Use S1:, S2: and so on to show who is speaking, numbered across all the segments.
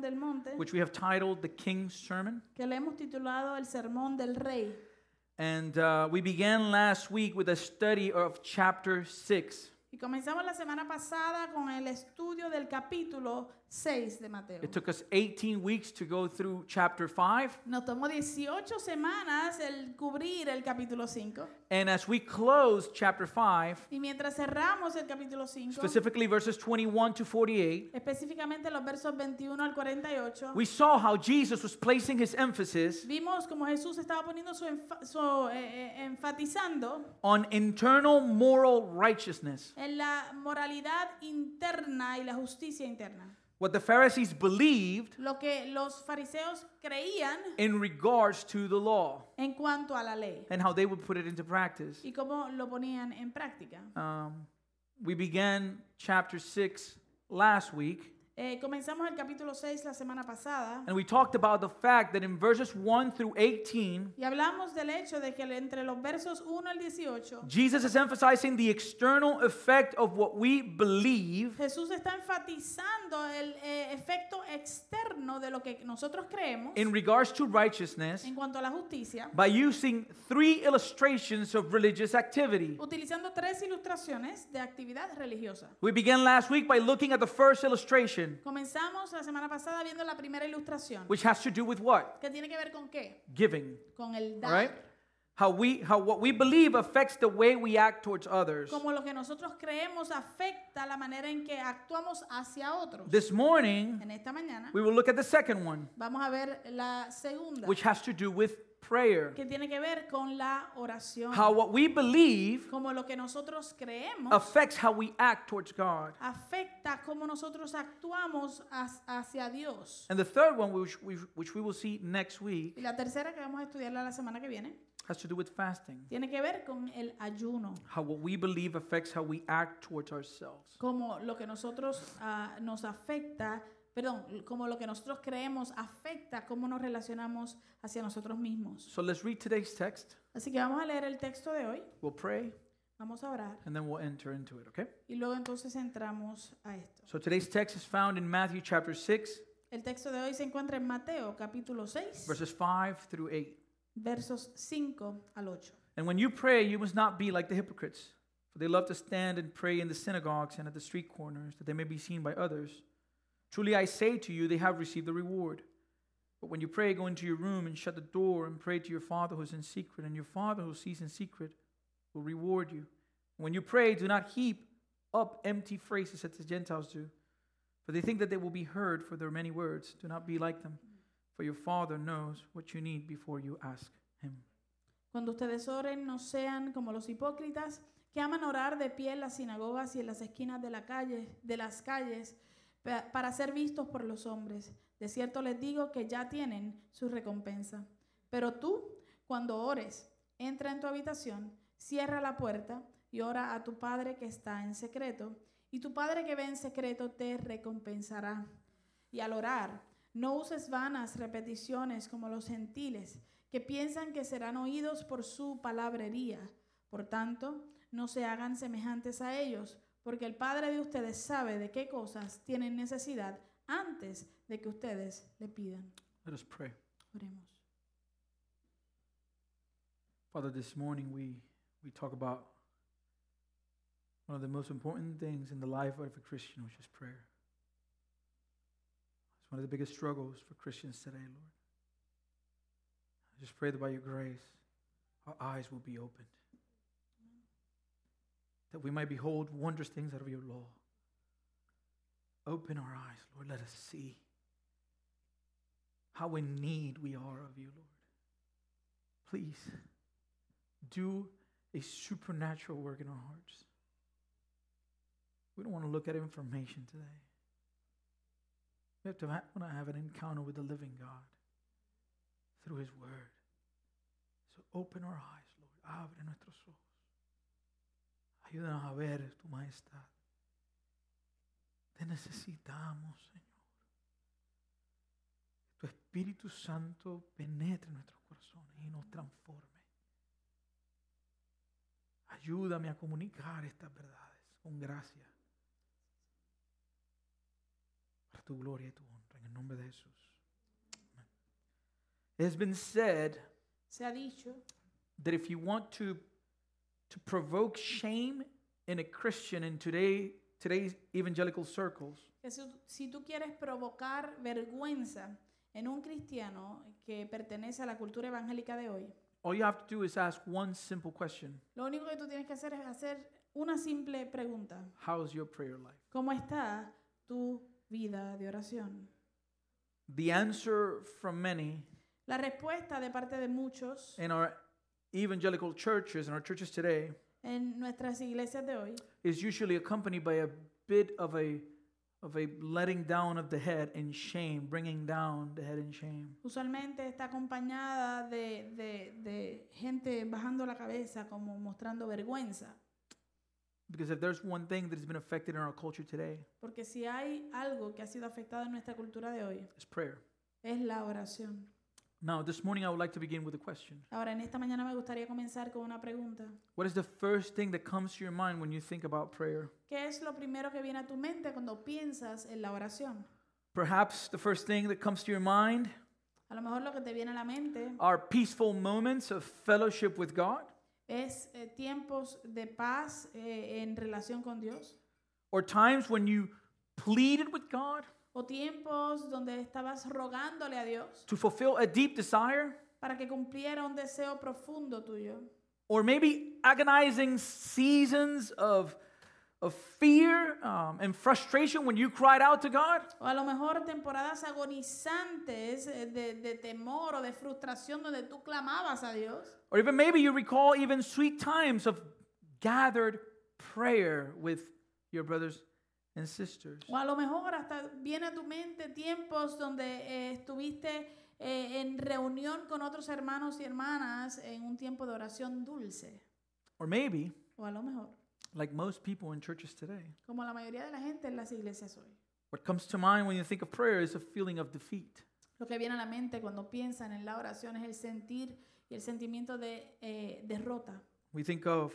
S1: del monte
S2: which we have titled The King's Sermon.
S1: que le hemos titulado el sermón del rey
S2: And uh, we began last week with a study of chapter 6.
S1: y comenzamos la semana pasada con el estudio del capítulo 6 de Mateo.
S2: It took us 18 weeks to go through chapter 5.
S1: Nos tomó 18 semanas el cubrir el capítulo 5
S2: And as we close chapter 5,
S1: y mientras cerramos el capítulo 5,
S2: specifically verses 21 to 48,
S1: específicamente los versos 21 al 48,
S2: we saw how Jesus was placing his emphasis
S1: vimos como Jesús estaba poniendo su, enfa- su, eh, eh, enfatizando
S2: on internal moral righteousness,
S1: en la moralidad interna y la justicia interna.
S2: what the Pharisees believed
S1: Lo que los fariseos creían
S2: in regards to the law
S1: en cuanto a la ley
S2: and how they would put it into practice.
S1: y cómo lo ponían en práctica.
S2: Um, we began chapter 6 last week,
S1: Eh, comenzamos el capítulo 6 la semana pasada
S2: and we talked about the fact that in verses 1 through 18,
S1: y hablamos del hecho de que entre los versos 1 al 18
S2: Jesus is emphasizing the external effect of what we believe
S1: Jesús está enfatizando el eh, efecto externo de lo que nosotros creemos
S2: in regards to righteousness
S1: en cuanto a la justicia,
S2: by using three illustrations of religious activity.
S1: utilizando tres ilustraciones de actividad religiosa.
S2: We began last week by looking at the first illustration,
S1: Comenzamos la semana pasada viendo la primera ilustración,
S2: which has to do with what?
S1: que tiene que ver con qué?
S2: Giving,
S1: Con el dar.
S2: right? How we how what we believe affects the way we act towards others.
S1: Como lo que nosotros creemos afecta la manera en que actuamos hacia otros.
S2: This morning,
S1: En esta mañana
S2: We will look at the second one,
S1: vamos a ver la segunda,
S2: which has to do with prayer.
S1: que tiene que ver con la oración.
S2: How what we believe
S1: Como lo que nosotros creemos
S2: affects how we act towards God.
S1: afecta cómo nosotros actuamos as- hacia Dios.
S2: And the third one, which we, which we will see next week,
S1: Y la tercera que vamos a estudiarla la semana que viene
S2: has to do with fasting.
S1: tiene que ver con el ayuno,
S2: How what we believe affects how we act towards ourselves.
S1: como lo que nosotros ah, nos afecta, perdón, como lo que nosotros creemos afecta cómo nos relacionamos hacia nosotros mismos.
S2: So let's read today's text.
S1: Así que vamos a leer el texto de hoy,
S2: We'll pray,
S1: vamos a orar
S2: and then we'll enter into it, okay?
S1: y luego entonces entramos a esto.
S2: So today's text is found in Matthew chapter 6,
S1: El texto de hoy se encuentra en Mateo capítulo 6,
S2: verses 5 through 8.
S1: versos 5 al 8.
S2: And when you pray, you must not be like the hypocrites, for they love to stand and pray in the synagogues and at the street corners, that they may be seen by others. Truly I say to you, they have received the reward. But when you pray, go into your room and shut the door and pray to your Father who is in secret, and your Father who sees in secret will reward you. When you pray, do not heap up empty phrases as the Gentiles do, for they think that they will be heard for their many words. Do not be like them, for your Father knows what you need before you ask Him.
S1: Cuando ustedes oren, no sean como los hipócritas que aman orar de pie en las sinagogas y en las esquinas de, la calle, de las calles pa- para ser vistos por los hombres. De cierto les digo que ya tienen su recompensa. Pero tú, cuando ores, entra en tu habitación, cierra la puerta y ora a tu Padre que está en secreto, y tu Padre que ve en secreto te recompensará. Y al orar, no uses vanas repeticiones como los gentiles, que piensan que serán oídos por su palabrería. Por tanto, no se hagan semejantes a ellos, porque el Padre de ustedes sabe de qué cosas tienen necesidad antes de que ustedes le pidan.
S2: Let us pray.
S1: Oremos.
S2: Father, this morning we, we talk about one of the most important things in the life of a Christian, which is prayer. It's one of the biggest struggles for Christians today, Lord. I just pray that by your grace, our eyes will be opened, that we might behold wondrous things out of your law. Open our eyes, Lord. Let us see how in need we are of you, Lord please do a supernatural work in our hearts. We don't want to look at information today. We have to ha- want to have an encounter with the living God through His Word. So open our eyes, Lord. Abre nuestros ojos. Ayúdanos a ver tu majestad. Te necesitamos, Señor. Tu Espíritu Santo penetre en nuestros corazones y nos transforme. Ayúdame a comunicar estas verdades con gracia. Para tu gloria y tu honra. En el el nombre de Jesús. It has been said
S1: Se ha dicho
S2: that if you want to, to provoke shame in a Christian in today, today's evangelical circles,
S1: que si, si tú quieres provocar vergüenza en un cristiano que pertenece a la cultura evangélica de hoy,
S2: all you have to do is ask one simple question
S1: lo único que tú tienes que hacer es hacer una simple pregunta.
S2: How's your prayer life?
S1: ¿Cómo está tu vida de oración?
S2: The answer from many
S1: La respuesta de parte de muchos
S2: in our evangelical churches and our churches today
S1: en nuestras iglesias de hoy
S2: is usually accompanied by a bit of a of a letting down of the head in shame, bringing down the head in shame.
S1: usualmente está acompañada de, de- de gente bajando la cabeza como mostrando vergüenza.
S2: Because if there's one thing that has been affected in our culture today,
S1: Porque si hay algo que ha sido afectado en nuestra cultura de hoy,
S2: it's prayer.
S1: es la oración.
S2: Now, this morning I would like to begin with a question.
S1: Ahora, en esta mañana me gustaría comenzar con una pregunta.
S2: What is the first thing that comes to your mind when you think about prayer?
S1: ¿Qué es lo primero que viene a tu mente cuando piensas en la oración?
S2: Perhaps the first thing that comes to your mind
S1: A lo mejor lo que te viene a la mente
S2: are peaceful moments of fellowship with God,
S1: es eh, tiempos de paz eh, en relación con Dios
S2: or times when you pleaded with God
S1: o tiempos donde estabas rogándole a Dios
S2: to fulfill a deep desire,
S1: para que cumpliera un deseo profundo tuyo
S2: or maybe agonizing seasons of, of fear um, and frustration when you cried out to God.
S1: o a lo mejor temporadas agonizantes eh, de, de temor o de frustración donde tú clamabas a Dios
S2: Or even maybe you recall even sweet times of gathered prayer with your brothers and sisters.
S1: o a lo mejor hasta viene a tu mente tiempos donde eh, estuviste eh, en reunión con otros hermanos y hermanas en un tiempo de oración dulce
S2: Or maybe,
S1: o a lo mejor
S2: like most people in churches today,
S1: como la mayoría de la gente en las iglesias hoy
S2: what comes to mind when you think of prayer is a feeling of defeat.
S1: Lo que viene a la mente cuando piensan en la oración es el sentir y el sentimiento de eh, derrota.
S2: We think of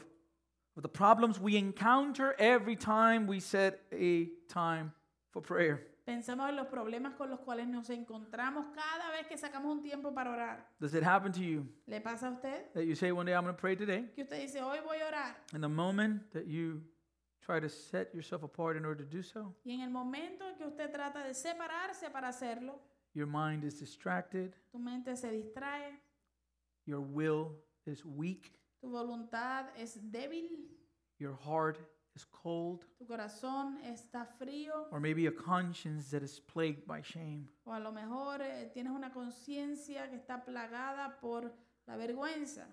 S2: of the problems we encounter every time we set a time for prayer.
S1: Pensamos en los problemas con los cuales nos encontramos cada vez que sacamos un tiempo para orar.
S2: Does it happen to you
S1: ¿Le pasa a usted
S2: that you say one day I'm going to pray today
S1: que usted dice, hoy voy a orar?
S2: and the moment that you try to set yourself apart in order to do so,
S1: Y en el momento en que usted trata de separarse para hacerlo,
S2: your mind is distracted,
S1: tu mente se distrae,
S2: your will is weak,
S1: tu voluntad es débil,
S2: your heart is cold,
S1: tu corazón está frío
S2: or maybe a conscience that is plagued by shame.
S1: o a lo mejor eh, tienes una conciencia que está plagada por la vergüenza.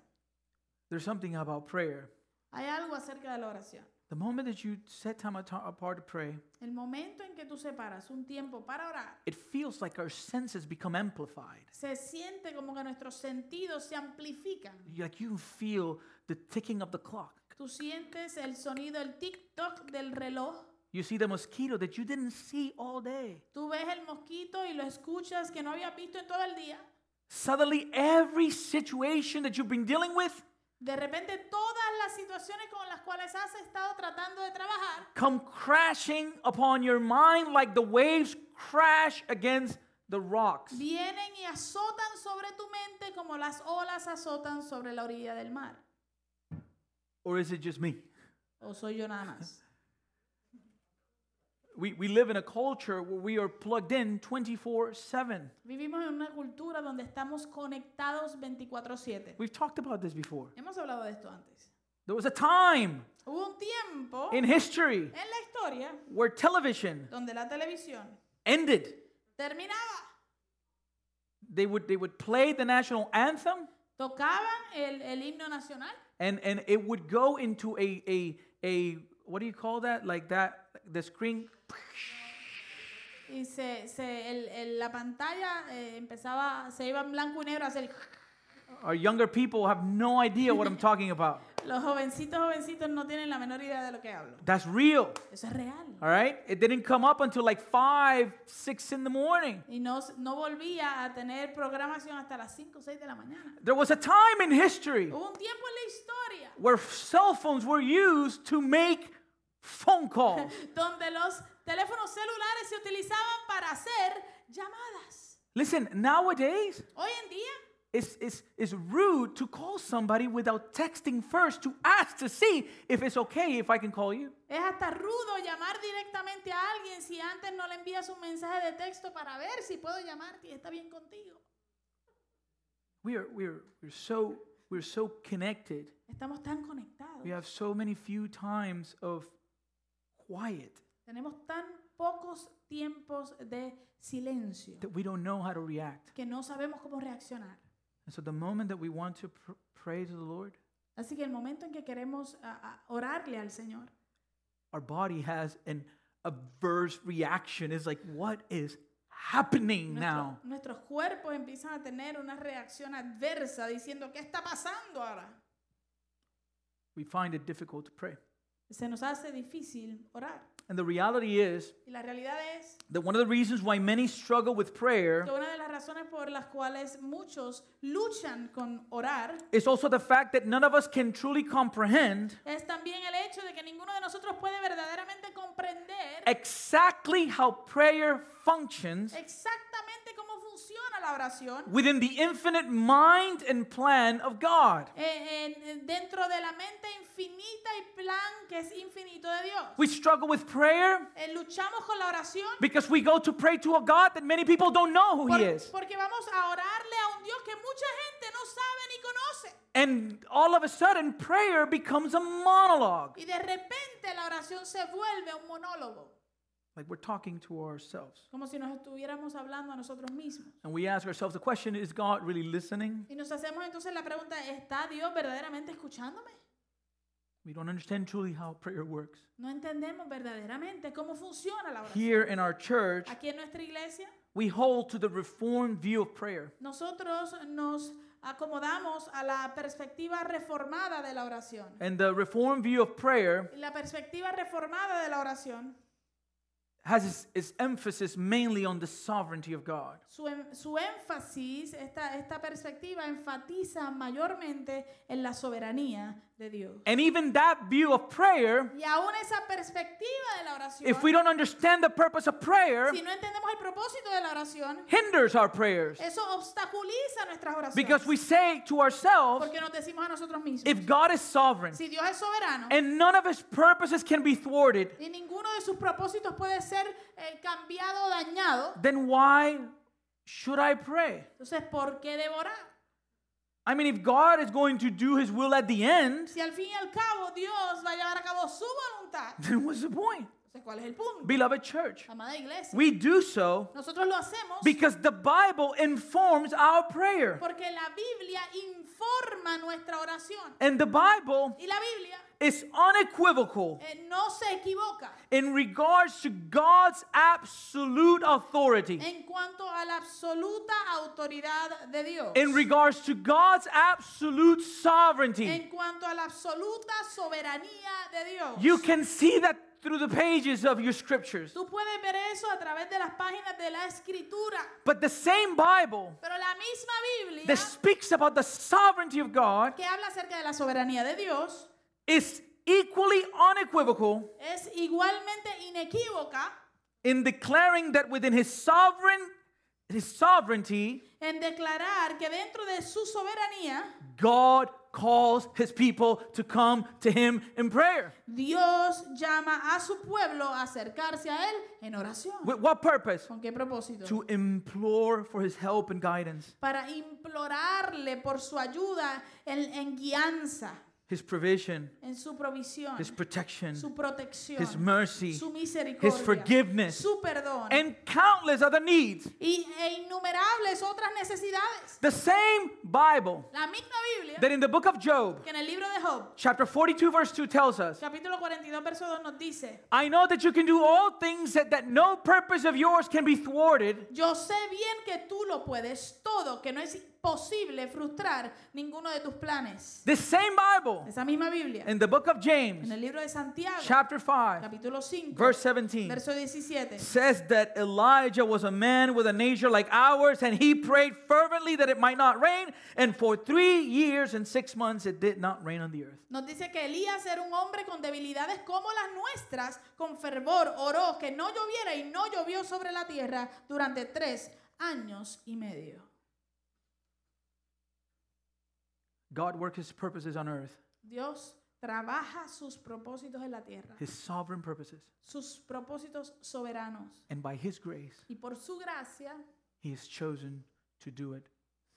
S2: There's something about prayer.
S1: Hay algo acerca de la oración.
S2: The moment that you set time ato- apart to pray,
S1: El momento en que tú separas un tiempo para orar,
S2: it feels like our senses become amplified.
S1: se siente como que nuestros sentidos se amplifican.
S2: You- like you feel the ticking of the clock.
S1: Tú sientes el sonido, el tic-toc del reloj.
S2: You see the mosquito that you didn't see all day.
S1: Tú ves el mosquito y lo escuchas que no habías visto en todo el día.
S2: Suddenly, every situation that you've been dealing with
S1: De repente todas las situaciones con las cuales has estado tratando de trabajar
S2: come crashing upon your mind like the waves crash against the rocks.
S1: vienen y azotan sobre tu mente como las olas azotan sobre la orilla del mar.
S2: Or is it just me?
S1: ¿O soy yo nada más?
S2: We, we live in a culture where we are plugged in 24 7.
S1: Vivimos en una cultura donde estamos conectados 24/7.
S2: We've talked about this before.
S1: Hemos hablado de esto antes.
S2: There was a time
S1: Hubo un tiempo
S2: in
S1: en
S2: history
S1: la historia
S2: where television
S1: donde la televisión
S2: ended.
S1: terminaba.
S2: They would, they would play the national anthem
S1: Tocaban el, el himno nacional
S2: and and it would go into a a a what do you call that like that the screen
S1: y se, se- el- el- la pantalla eh, empezaba, se iba en blanco y negro a hacer.
S2: our younger people have no idea what i'm talking about
S1: Los jovencitos, jovencitos no tienen la menor idea de lo que hablo.
S2: that's real
S1: Eso es real.
S2: all right it didn't come up until like five six in the morning
S1: Y no, no volvía a tener programación hasta las 5 o 6 de la mañana.
S2: there was a time in history
S1: Hubo un tiempo en la historia
S2: where cell phones were used to make phone calls
S1: donde los teléfonos celulares se utilizaban para hacer llamadas.
S2: Listen, nowadays,
S1: Hoy en día
S2: it's, it's, it's rude to call somebody without texting first to ask to see if it's okay if I can call you.
S1: es hasta rudo llamar directamente a alguien si antes no le envías un mensaje de texto para ver si puedo llamarte y está bien contigo.
S2: We are, we are, we're, so, we're so connected.
S1: Estamos tan conectados.
S2: We have so many few times of quiet
S1: Tenemos tan pocos tiempos de silencio
S2: that we don't know how to react.
S1: que no sabemos cómo reaccionar.
S2: And so the moment that we want to pr- pray to the Lord,
S1: Así que el momento en que queremos a- a orarle al Señor,
S2: our body has an adverse reaction. It's like, what is happening now?
S1: nuestro- nuestros cuerpos empiezan a tener una reacción adversa diciendo, ¿qué está pasando ahora?
S2: We find it difficult to pray.
S1: Se nos hace difícil orar.
S2: And the reality is
S1: Y la realidad es
S2: that one of the reasons why many struggle with prayer
S1: que una de las razones por las cuales muchos luchan con orar
S2: is also the fact that none of us can truly comprehend
S1: es también el hecho de que ninguno de nosotros puede verdaderamente comprender
S2: exactly how prayer functions
S1: exactamente cómo funciona la oración
S2: within the infinite mind and plan of God,
S1: eh, en- en- dentro de la mente infinita y plan que es infinito de Dios.
S2: we struggle with prayer
S1: Eh, luchamos con la oración
S2: because we go to pray to a God that many people don't know who He
S1: por-
S2: is.
S1: porque vamos a orarle a un Dios que mucha gente no sabe ni conoce.
S2: And all of a sudden, prayer becomes a monologue.
S1: Y de repente la oración se vuelve un monólogo,
S2: Like we're talking to ourselves.
S1: como si nos estuviéramos hablando a nosotros mismos.
S2: And we ask ourselves the question is God really listening?
S1: Y nos hacemos entonces la pregunta, ¿está Dios verdaderamente escuchándome?
S2: We don't understand truly how prayer works.
S1: No entendemos verdaderamente cómo funciona la oración.
S2: Here in our church,
S1: Aquí en nuestra iglesia
S2: we hold to the reformed view of prayer.
S1: nosotros nos acomodamos a la perspectiva reformada de la oración.
S2: And the reformed view of prayer
S1: Y La perspectiva reformada de la oración,
S2: has its, its emphasis mainly on the sovereignty of God.
S1: su, en- su énfasis, esta, esta perspectiva enfatiza mayormente en la soberanía de Dios.
S2: And even that view of prayer,
S1: Y aún esa perspectiva de la oración,
S2: if we don't understand the purpose of prayer,
S1: si no entendemos el propósito de la oración,
S2: hinders our prayers.
S1: eso obstaculiza nuestras oraciones.
S2: Because we say to ourselves,
S1: porque nos decimos a nosotros mismos,
S2: if God is sovereign
S1: si Dios es soberano
S2: and none of his purposes can be thwarted,
S1: y ninguno de sus propósitos puede ser eh, cambiado o dañado,
S2: then why should I pray?
S1: Entonces, ¿por qué devorar?
S2: I mean, if God is going to do his will at the end,
S1: Si al fin y al cabo Dios va a llevar a cabo su voluntad,
S2: then what's the point?
S1: entonces, ¿cuál es el punto?
S2: Beloved church,
S1: Amada iglesia,
S2: we do so
S1: nosotros lo hacemos
S2: because the Bible informs our prayer.
S1: porque la Biblia informa nuestra oración.
S2: And the Bible
S1: Y la Biblia
S2: is unequivocal
S1: eh, no se equivoca
S2: in regards to God's absolute authority,
S1: en cuanto a la absoluta autoridad de Dios.
S2: in regards to God's absolute sovereignty.
S1: En cuanto a la absoluta soberanía de Dios.
S2: You can see that through the pages of your scriptures.
S1: Tú puedes ver eso a través de las páginas de la escritura.
S2: But the same Bible
S1: Pero la misma Biblia
S2: that speaks about the sovereignty of God
S1: que habla acerca de la soberanía de Dios
S2: is equally unequivocal
S1: es igualmente inequívoca
S2: in declaring that within his sovereign his sovereignty
S1: en declarar que dentro de su soberanía
S2: God calls his people to come to him in prayer.
S1: Dios llama a su pueblo a acercarse a él en oración.
S2: With what purpose?
S1: ¿Con qué propósito?
S2: To implore for his help and guidance,
S1: Para implorarle por su ayuda en, en guianza,
S2: his provision,
S1: en su provisión,
S2: his protection,
S1: su protección,
S2: his mercy,
S1: su misericordia,
S2: his forgiveness,
S1: su perdón
S2: and countless other needs.
S1: y, e innumerables otras necesidades.
S2: The same Bible
S1: La misma Biblia
S2: that in the book of Job,
S1: que en el libro de Job,
S2: chapter 42, verse 2 tells us,
S1: capítulo 42, verso 2 nos dice,
S2: I know that you can do all things that, that no purpose of yours can be thwarted.
S1: Yo sé bien que tú lo puedes todo, que no es posible frustrar ninguno de tus planes.
S2: This same Bible Bible,
S1: Esa misma Biblia.
S2: in the book of James,
S1: En el libro de Santiago,
S2: chapter 5,
S1: capítulo 5,
S2: verse 17,
S1: verso 17.
S2: says that Elijah was a man with a nature like ours, and he prayed fervently that it might not rain. And for three years and six months, it did not rain on the earth.
S1: Nos dice que Elías era un hombre con debilidades como las nuestras, con fervor oró que no lloviera y no llovió sobre la tierra durante tres años y medio.
S2: God worked his purposes on earth,
S1: Dios trabaja sus propósitos en la tierra,
S2: his sovereign purposes.
S1: sus propósitos soberanos.
S2: And by his grace,
S1: Y por su gracia,
S2: he has chosen to do it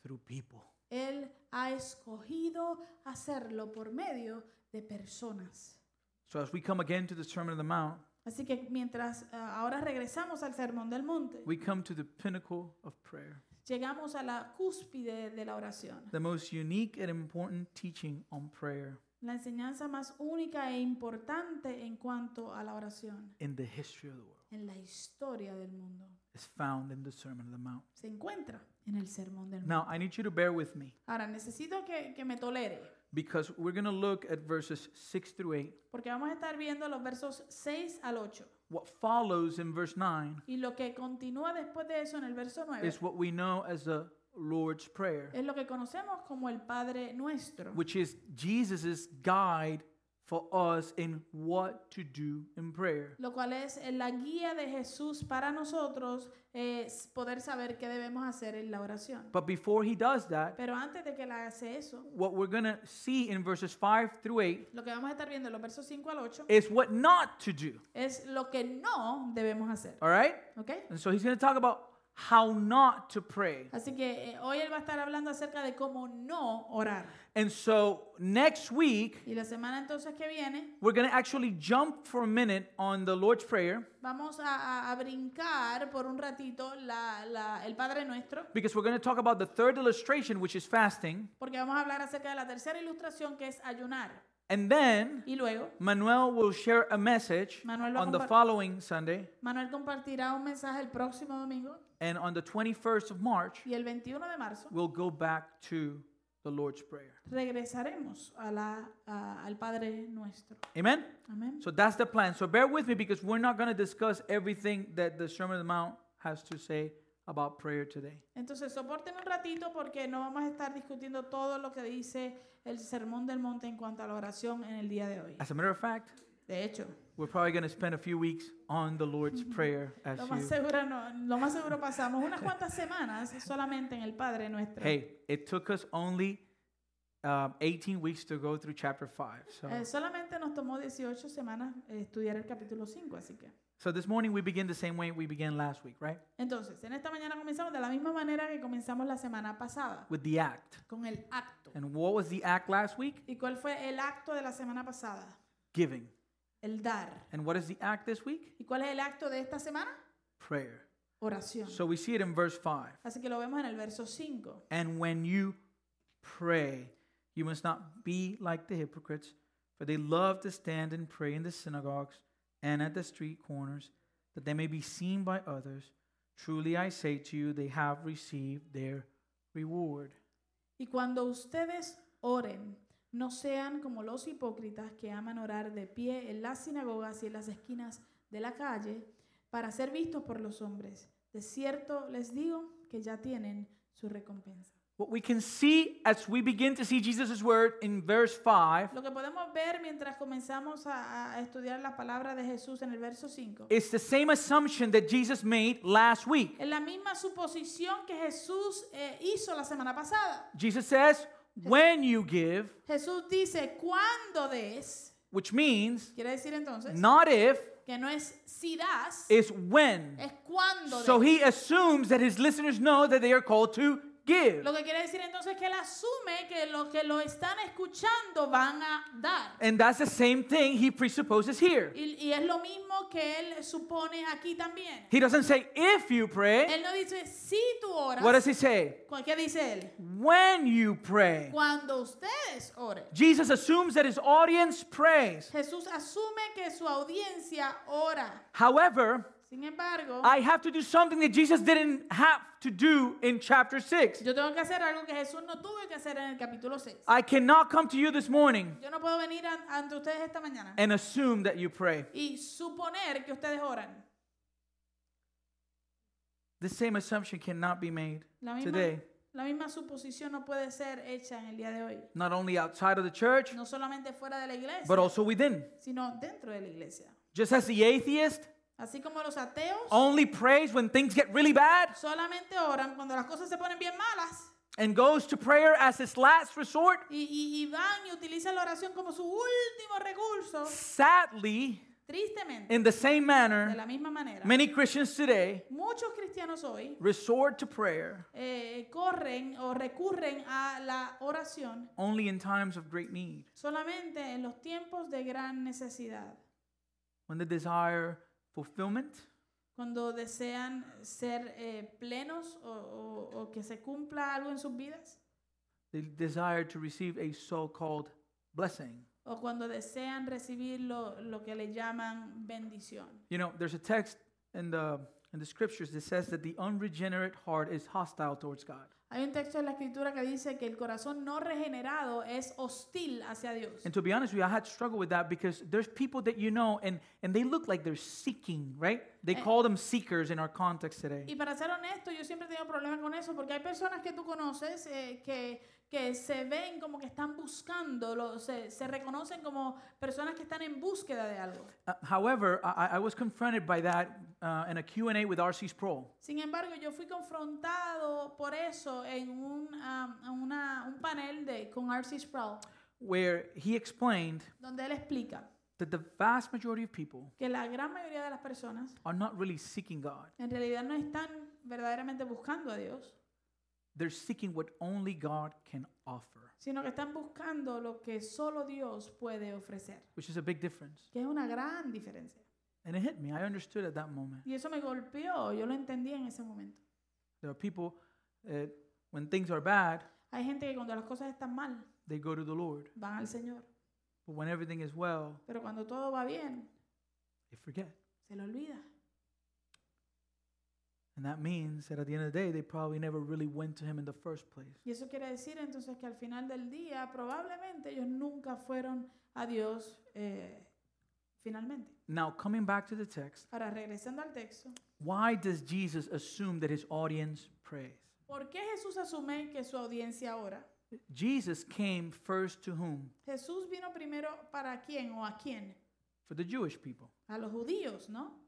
S2: through people.
S1: Él ha escogido hacerlo por medio de personas.
S2: So as we come again to the Sermon on the Mount,
S1: Así que mientras ah, ahora regresamos al Sermón del Monte,
S2: we come to the pinnacle of prayer,
S1: llegamos a la cúspide de la oración.
S2: the most unique and important teaching on prayer
S1: La enseñanza más única e importante en cuanto a la oración
S2: in the history of the world
S1: en la historia del mundo
S2: is found in the Sermon on the Mount.
S1: se encuentra en el Sermón del Monte.
S2: Now, I need you to bear with me
S1: Ahora, necesito que, que me tolere,
S2: because we're going to look at verses 6 through 8.
S1: porque vamos a estar viendo los versos 6 al 8.
S2: What follows in verse 9
S1: Y lo que continúa después de eso en el verso 9
S2: is what we know as the Lord's Prayer,
S1: es lo que conocemos como el Padre Nuestro,
S2: which is Jesus' guide for us in what to do in prayer.
S1: lo cual es eh, la guía de Jesús para nosotros eh, s- poder saber qué debemos hacer en la oración.
S2: But before he does that,
S1: Pero antes de que la hace eso,
S2: what we're going to see in verses 5 through 8
S1: lo que vamos a estar viendo en los versos 5 al 8
S2: is what not to do.
S1: es lo que no debemos hacer.
S2: All right?
S1: ¿Ok?
S2: And so he's going to talk about how not to pray.
S1: Así que eh, hoy él va a estar hablando acerca de cómo no orar.
S2: And so next week,
S1: Y la semana entonces que viene
S2: we're going to actually jump for a minute on the Lord's Prayer
S1: vamos a, a- a brincar por un ratito la- la- el Padre Nuestro,
S2: because we're going to talk about the third illustration, which is fasting.
S1: porque vamos a hablar acerca de la tercera ilustración que es ayunar.
S2: And then
S1: Y luego
S2: Manuel will share a message
S1: Manuel va a
S2: on the
S1: compar-
S2: following Sunday.
S1: Manuel compartirá un mensaje el próximo domingo
S2: And on the 21st of March,
S1: y el 21 de marzo
S2: we'll go back to the Lord's Prayer.
S1: regresaremos a la- a- al Padre Nuestro.
S2: Amen?
S1: Amén.
S2: So that's the plan. So bear with me because we're not going to discuss everything that the Sermon on the Mount has to say about prayer today.
S1: Entonces, soporten un ratito porque no vamos a estar discutiendo todo lo que dice el Sermón del Monte en cuanto a la oración en el día de hoy.
S2: As a matter of fact,
S1: De hecho,
S2: we're probably going to spend a few weeks on the Lord's Prayer as
S1: lo más
S2: you.
S1: seguro, no- lo más seguro pasamos unas cuantas semanas solamente en el Padre Nuestro.
S2: Hey, it took us only um, 18 weeks to go through chapter 5. So,
S1: Eh, solamente nos tomó 18 semanas eh, estudiar el capítulo 5, así que.
S2: so this morning we begin the same way we began last week, right?
S1: Entonces, en esta mañana comenzamos de la misma manera que comenzamos la semana pasada,
S2: With the act.
S1: con el acto.
S2: And what was the act last week?
S1: ¿Y cuál fue el acto de la semana pasada?
S2: Giving.
S1: El dar.
S2: And what is the act this week?
S1: ¿Y cuál es el acto de esta semana?
S2: Prayer.
S1: Oración.
S2: So we see it in verse 5.
S1: Así que lo vemos en el verso 5.
S2: And when you pray, you must not be like the hypocrites, for they love to stand and pray in the synagogues and at the street corners, that they may be seen by others. Truly I say to you, they have received their reward.
S1: Y cuando ustedes oren, no sean como los hipócritas que aman orar de pie en las sinagogas y en las esquinas de la calle para ser vistos por los hombres. De cierto les digo que ya tienen su recompensa.
S2: What we can see as we begin to see Jesus' word in verse 5
S1: Lo que podemos ver mientras comenzamos a, a estudiar la palabra de Jesús en el verso 5
S2: is the same assumption that Jesus made last week.
S1: es la misma suposición que Jesús eh, hizo la semana pasada.
S2: Jesus says, when you give,
S1: Jesús dice, cuando des,
S2: which means
S1: quiere decir entonces
S2: not if,
S1: que no es si das,
S2: it's when.
S1: es cuando
S2: Eh, So
S1: des.
S2: he assumes that his listeners know that they are called to give.
S1: Lo que quiere decir entonces que él asume que los que lo están escuchando van a dar.
S2: And that's the same thing he presupposes here.
S1: Y, y es lo mismo que él supone aquí también.
S2: He doesn't say, if you pray.
S1: Él no dice si tú oras.
S2: What does he say?
S1: ¿Cu- ¿Qué dice él?
S2: When you pray.
S1: Cuando ustedes oren.
S2: Jesus assumes that his audience prays.
S1: Jesús asume que su audiencia ora.
S2: However,
S1: Sin embargo,
S2: I have to do something that Jesus didn't have to do in chapter 6.
S1: yo tengo que hacer algo que Jesús no tuvo que hacer en el capítulo 6.
S2: I cannot come to you this morning
S1: Yo no puedo venir an- ante ustedes esta mañana
S2: and assume that you pray.
S1: y suponer que ustedes oran.
S2: The same assumption cannot be made
S1: La misma,
S2: today,
S1: la misma suposición no puede ser hecha en el día de hoy.
S2: not only outside of the church,
S1: No solamente fuera de la iglesia,
S2: but also within.
S1: sino dentro de la iglesia.
S2: Just as the atheist
S1: Así como los ateos
S2: only prays when things get really bad
S1: solamente oran cuando las cosas se ponen bien malas
S2: and goes to prayer as his last resort,
S1: y, y- y van y utilizan la oración como su último recurso,
S2: sadly,
S1: tristemente,
S2: in the same
S1: de
S2: manner,
S1: la misma manera,
S2: many Christians today
S1: muchos cristianos hoy
S2: resort to prayer
S1: eh, corren o recurren a la oración
S2: only in times of great need,
S1: solamente en los tiempos de gran necesidad,
S2: when they desire fulfillment,
S1: cuando desean ser eh, plenos o, o- o que se cumpla algo en sus vidas,
S2: they desire to receive a so called blessing.
S1: o cuando desean recibir lo, lo que le llaman bendición.
S2: You know, there's a text in the in the scriptures that says that the unregenerate heart is hostile towards God.
S1: Hay un texto en la escritura que dice que el corazón no regenerado es hostil hacia Dios.
S2: And to be honest with you, I had to struggle with that because there's people that you know and and they look like they're seeking, right? They
S1: Eh.
S2: call them seekers in our context today.
S1: Y para ser honesto, yo siempre he tenido problemas con eso porque hay personas que tú conoces eh, que, que se ven como que están buscando, lo- se, se reconocen como personas que están en búsqueda de algo.
S2: Uh, however, I, I- I was confronted by that uh, in a Q&A with R.C. Sproul.
S1: Sin embargo, yo fui confrontado por eso en un, um, en una- un panel de, con R.C. Sproul,
S2: where he explained
S1: donde él explica
S2: that the vast majority of people
S1: que la gran mayoría de las personas
S2: are not really seeking God.
S1: en realidad no están verdaderamente buscando a Dios,
S2: They're seeking what only God can offer,
S1: sino que están buscando lo que solo Dios puede ofrecer,
S2: which is a big difference.
S1: que es una gran diferencia.
S2: And it hit me. I understood at that moment.
S1: Y eso me golpeó, yo lo entendí en ese momento.
S2: There are people, uh, when things are bad,
S1: Hay gente que cuando las cosas están mal,
S2: they go to the Lord.
S1: van al Señor,
S2: But when everything is well,
S1: pero cuando todo va bien,
S2: they forget.
S1: se lo olvida.
S2: And that means that at the end of the day, they probably never really went to Him in the first place.
S1: Y eso quiere decir entonces que al final del día probablemente ellos nunca fueron a Dios eh, finalmente.
S2: Now, coming back to the text,
S1: Ahora, regresando al texto,
S2: why does Jesus assume that His audience prays?
S1: ¿por qué Jesús asume que su audiencia ora?
S2: Jesus came first to whom?
S1: Jesús vino primero para quién o a quién?
S2: For the Jewish people.
S1: A los judíos, ¿no?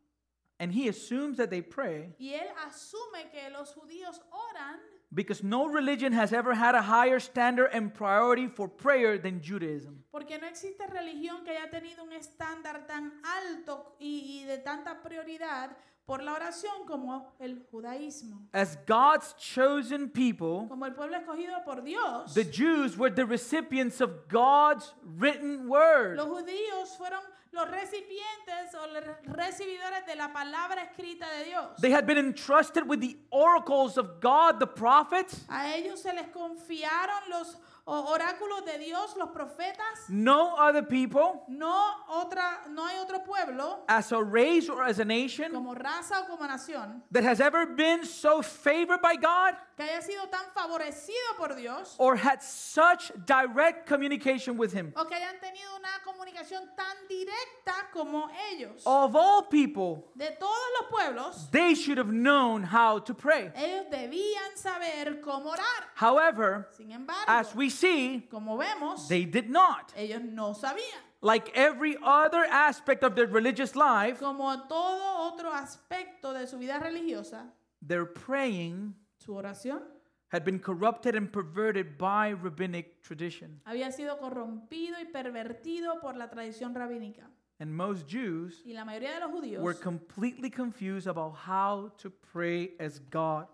S2: And he assumes that they pray
S1: Y él asume que los judíos oran
S2: because no religion has ever had a higher standard and priority for prayer than Judaism.
S1: porque no existe religión que haya tenido un estándar tan alto y, y de tanta prioridad por la oración como el judaísmo.
S2: As God's chosen people,
S1: Como el pueblo escogido por Dios,
S2: the Jews were the recipients of God's written word.
S1: Los judíos fueron los recipientes o los recibidores de la palabra escrita de Dios.
S2: They had been entrusted with the oracles of God, the prophets.
S1: A ellos se les confiaron los o- oráculos de Dios, los profetas.
S2: No other people,
S1: No otra, no hay otro pueblo
S2: as a race or as a nation,
S1: como raza o como nación
S2: that has ever been so favored by God
S1: que haya sido tan favorecido por Dios
S2: or had such direct communication with Him.
S1: o que hayan tenido una comunicación tan directa como ellos.
S2: Of all people,
S1: De todos los pueblos,
S2: They should have known how to pray.
S1: ellos debían saber cómo orar.
S2: However,
S1: Sin
S2: as
S1: embargo,
S2: we see,
S1: como vemos,
S2: they did not.
S1: ellos no sabían.
S2: Like every other aspect of their religious life,
S1: Como todo otro aspecto de su vida religiosa,
S2: their praying
S1: su oración
S2: had been corrupted and perverted by rabbinic tradition.
S1: había sido corrompido y pervertido por la tradición rabínica.
S2: And most Jews
S1: Y la mayoría de los judíos
S2: were completely confused about how to pray as God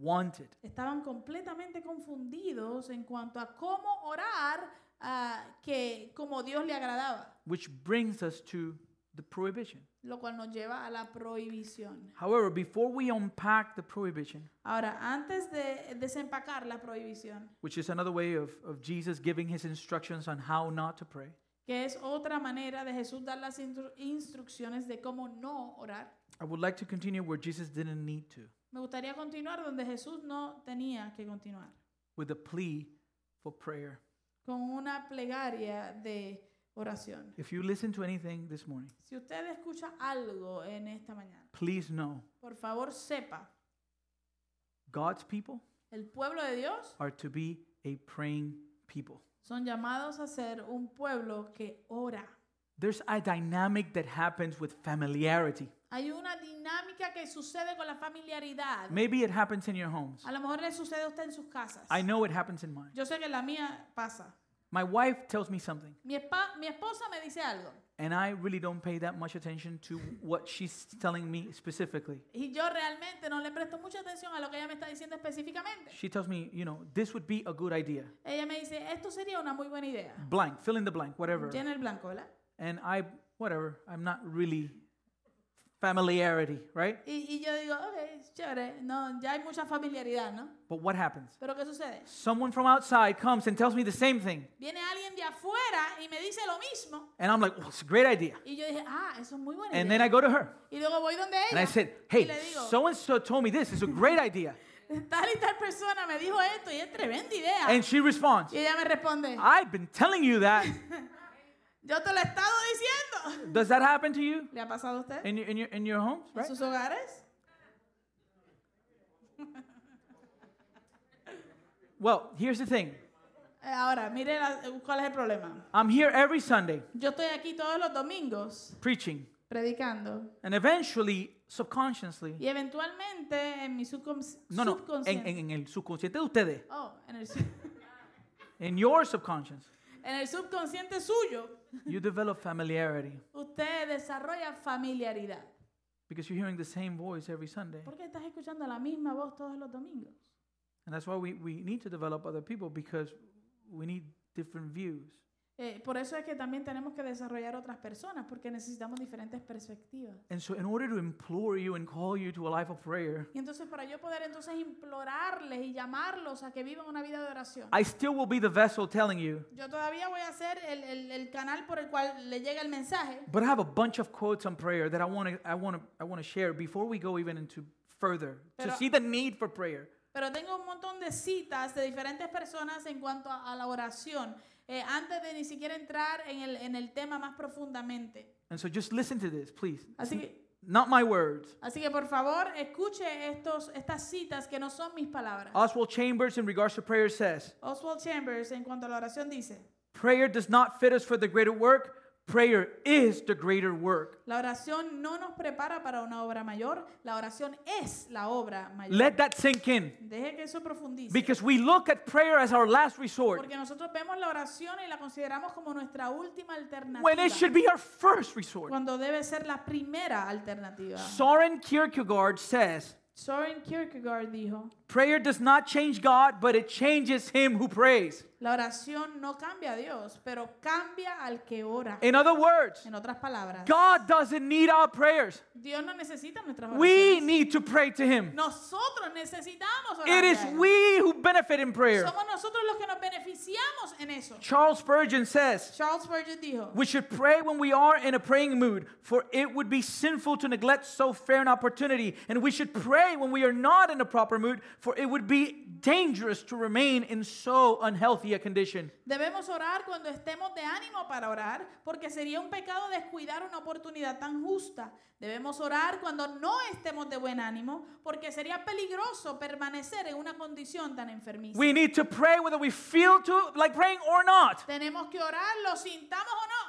S2: wanted.
S1: estaban completamente confundidos en cuanto a cómo orar ah, que como Dios le agradaba,
S2: Which brings us to the prohibition.
S1: lo cual nos lleva a la prohibición.
S2: However, before we unpack the prohibition,
S1: Ahora, antes de desempacar la prohibición,
S2: which is another way of, of Jesus giving his instructions on how not to pray.
S1: que es otra manera de Jesús dar las instru- instrucciones de cómo no orar.
S2: I would like to continue where Jesus didn't need to,
S1: Me gustaría continuar donde Jesús no tenía que continuar,
S2: with a plea for prayer.
S1: con una plegaria de oración.
S2: If you listen to anything this morning,
S1: Si usted escucha algo en esta mañana,
S2: please know
S1: por favor sepa,
S2: God's people
S1: el pueblo de Dios
S2: are to be a praying people.
S1: son llamados a ser un pueblo que ora.
S2: There's a dynamic that happens with familiarity.
S1: Hay una dinámica que sucede con la familiaridad.
S2: Maybe it happens in your homes.
S1: A lo mejor le sucede a usted en sus casas.
S2: I know it happens in mine.
S1: Yo sé que en la mía pasa.
S2: My wife tells me something,
S1: Mi, espa- mi esposa me dice algo
S2: and I really don't pay that much attention to what she's telling me specifically.
S1: y yo realmente no le presto mucha atención a lo que ella me está diciendo específicamente.
S2: She tells me, you know, this would be a good idea.
S1: Ella me dice, esto sería una muy buena idea.
S2: Blank, fill in the blank, whatever.
S1: Llena el blanco, ¿verdad?
S2: And I, whatever, I'm not really familiarity, right?
S1: Y, y yo digo, ok, es chévere. No, ya hay mucha familiaridad, ¿no?
S2: But what happens?
S1: Pero ¿qué sucede?
S2: Someone from outside comes and tells me the same thing.
S1: Viene alguien de afuera y me dice lo mismo.
S2: And I'm like, well, it's a great idea.
S1: Y yo dije, ah, eso es muy buena
S2: And
S1: idea.
S2: then I go to her
S1: y luego voy donde
S2: and I
S1: ella.
S2: said,
S1: y
S2: hey,
S1: le digo, "Mm-hmm."
S2: so and so told me this. It's a great idea.
S1: tal y tal persona me dijo esto y es tremenda idea.
S2: And she responds,
S1: y ella me responde,
S2: I've been telling you that.
S1: yo te lo he estado diciendo.
S2: Does that happen to you
S1: ¿Le ha pasado a usted?
S2: in your, in your, in your homes,
S1: ¿En
S2: right?
S1: sus hogares?
S2: Well, here's the thing
S1: Eh, Ahora, mire la- cuál es el problema.
S2: I'm here every Sunday
S1: Yo estoy aquí todos los domingos
S2: preaching,
S1: predicando
S2: and eventually, subconsciously,
S1: y eventualmente en mi subcons-
S2: no, no, en,
S1: subconsciente.
S2: en, en el subconsciente de ustedes,
S1: Oh, en el, sub-
S2: in your subconscious,
S1: en el subconsciente suyo,
S2: you develop familiarity
S1: usted desarrolla familiaridad.
S2: because you're hearing the same voice every Sunday.
S1: Porque estás escuchando la misma voz todos los domingos.
S2: And that's why we, we need to develop other people because we need different views.
S1: Eh, por eso es que también tenemos que desarrollar otras personas, porque necesitamos diferentes perspectivas.
S2: And so, in order to implore you and call you to a life of prayer,
S1: Y entonces para yo poder entonces implorarles y llamarlos a que vivan una vida de oración,
S2: I still will be the vessel telling you,
S1: yo todavía voy a ser el, el- el canal por el cual le llega el mensaje,
S2: but I have a bunch of quotes on prayer that I want to I want to I want to share before we go even into further
S1: Pero-
S2: to see the need for prayer.
S1: pero tengo un montón de citas de diferentes personas en cuanto a, a la oración, eh, antes de ni siquiera entrar en el, en el tema más profundamente.
S2: And so, just listen to this, please.
S1: Así que,
S2: Not my words.
S1: así que por favor escuche estos, estas citas que no son mis palabras.
S2: Oswald Chambers, in regards to prayer, says,
S1: Oswald Chambers en cuanto a la oración dice,
S2: "Prayer does not fit us for the greater work. Prayer is the greater work.
S1: La oración no nos prepara para una obra mayor, la oración es la obra mayor.
S2: Let that sink in."
S1: Deje que eso profundice.
S2: Because we look at prayer as our last resort
S1: porque nosotros vemos la oración y la consideramos como nuestra última
S2: when it
S1: alternativa.
S2: should be our first resort.
S1: Cuando debe ser la primera alternativa.
S2: Soren Kierkegaard says,
S1: Soren Kierkegaard dijo,
S2: Prayer does not change God, but it changes him who prays.
S1: la oración no cambia a Dios, pero cambia al que ora.
S2: In other words,
S1: En otras palabras,
S2: God doesn't need our prayers.
S1: Dios no necesita nuestras
S2: We
S1: oraciones.
S2: need to pray to him.
S1: Nosotros necesitamos
S2: It
S1: oraciones.
S2: is we who benefit in prayer.
S1: Somos nosotros los que nos beneficiamos en eso.
S2: Charles Spurgeon says,
S1: Charles Spurgeon dijo,
S2: we should pray when we are in a praying mood, for it would be sinful to neglect so fair an opportunity. And we should pray when we are not in a proper mood, for it would be dangerous to remain in so unhealthy a condition.
S1: Debemos orar cuando estemos de ánimo para orar, porque sería un pecado descuidar una oportunidad tan justa. Debemos orar cuando no estemos de buen ánimo, porque sería peligroso permanecer en una condición tan enfermiza.
S2: We need to pray whether we feel to like praying or not.
S1: Tenemos que orar, lo sintamos o no.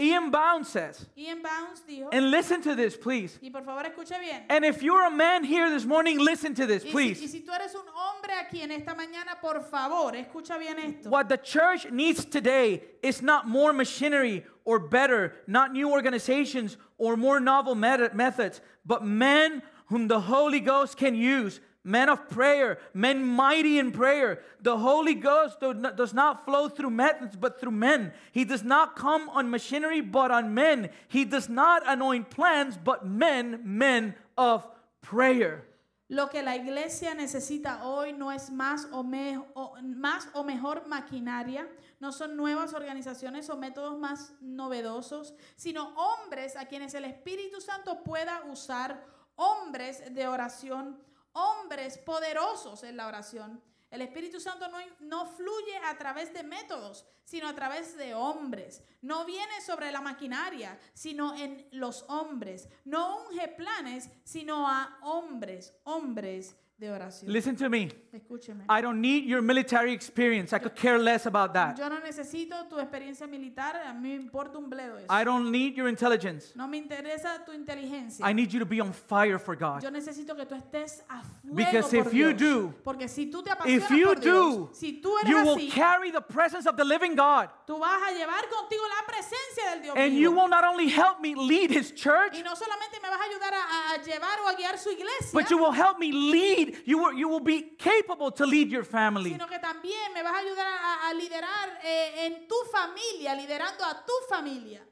S2: Ian Bound says,
S1: Ian Bounds dijo,
S2: and listen to this, please.
S1: y por favor escuche bien,
S2: And if you're a man here this morning, listen to this,
S1: y si, y
S2: please.
S1: si tú eres un hombre aquí en esta mañana, por favor, escucha bien esto.
S2: What the church needs today is not more machinery or better, not new organizations or more novel meta- methods, but men whom the Holy Ghost can use, men of prayer, men mighty in prayer. The Holy Ghost do- no- does not flow through methods, but through men. He does not come on machinery, but on men. He does not anoint plans, but men, men of prayer.
S1: Lo que la iglesia necesita hoy no es más o, me- o- más o mejor maquinaria, no son nuevas organizaciones o métodos más novedosos, sino hombres a quienes el Espíritu Santo pueda usar, hombres de oración, hombres poderosos en la oración. El Espíritu Santo no, no fluye a través de métodos, sino a través de hombres. No viene sobre la maquinaria, sino en los hombres. No unge planes, sino a hombres, hombres de oración.
S2: Listen to me.
S1: Escúcheme.
S2: I don't need your military experience. I could care less about that.
S1: Yo no necesito tu experiencia militar, a mí me importa un bledo eso.
S2: I don't need your intelligence.
S1: No me interesa tu inteligencia.
S2: I need you to be on fire for God.
S1: Yo necesito que tú estés a fuego
S2: Because
S1: por
S2: if you
S1: Dios.
S2: do-
S1: Porque si tú te apasionas
S2: If you
S1: por Dios,
S2: do,
S1: si tú eres
S2: you will
S1: así,
S2: carry the presence of the living God.
S1: tú vas a llevar contigo la presencia del Dios
S2: And
S1: vivo.
S2: you will not only help me lead his church,
S1: Y no solamente me vas a ayudar a, a- a llevar o a guiar su iglesia,
S2: but you will help me lead. You will, you will be capable to lead your family.
S1: sino que también me vas a ayudar a, a liderar eh, en tu familia, liderando a tu familia.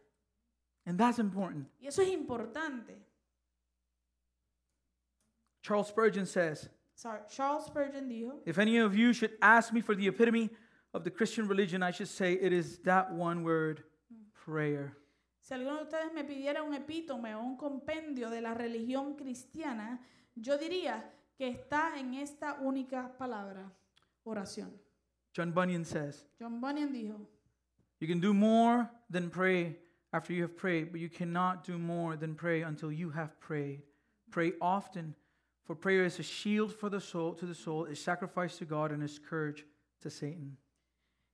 S2: And that's important.
S1: Y eso es importante.
S2: Charles Spurgeon says
S1: Sar- Charles Spurgeon dijo,
S2: If any of you should ask me for the epitome of the Christian religion, I should say it is that one word prayer.
S1: si alguno de ustedes me pidiera un epítome o un compendio de la religión cristiana, yo diría que está en esta única palabra, oración.
S2: John Bunyan says,
S1: John Bunyan dijo,
S2: You can do more than pray after you have prayed, but you cannot do more than pray until you have prayed. Pray often, for prayer is a shield for the soul to the soul, is sacrifice to God, and is courage to Satan.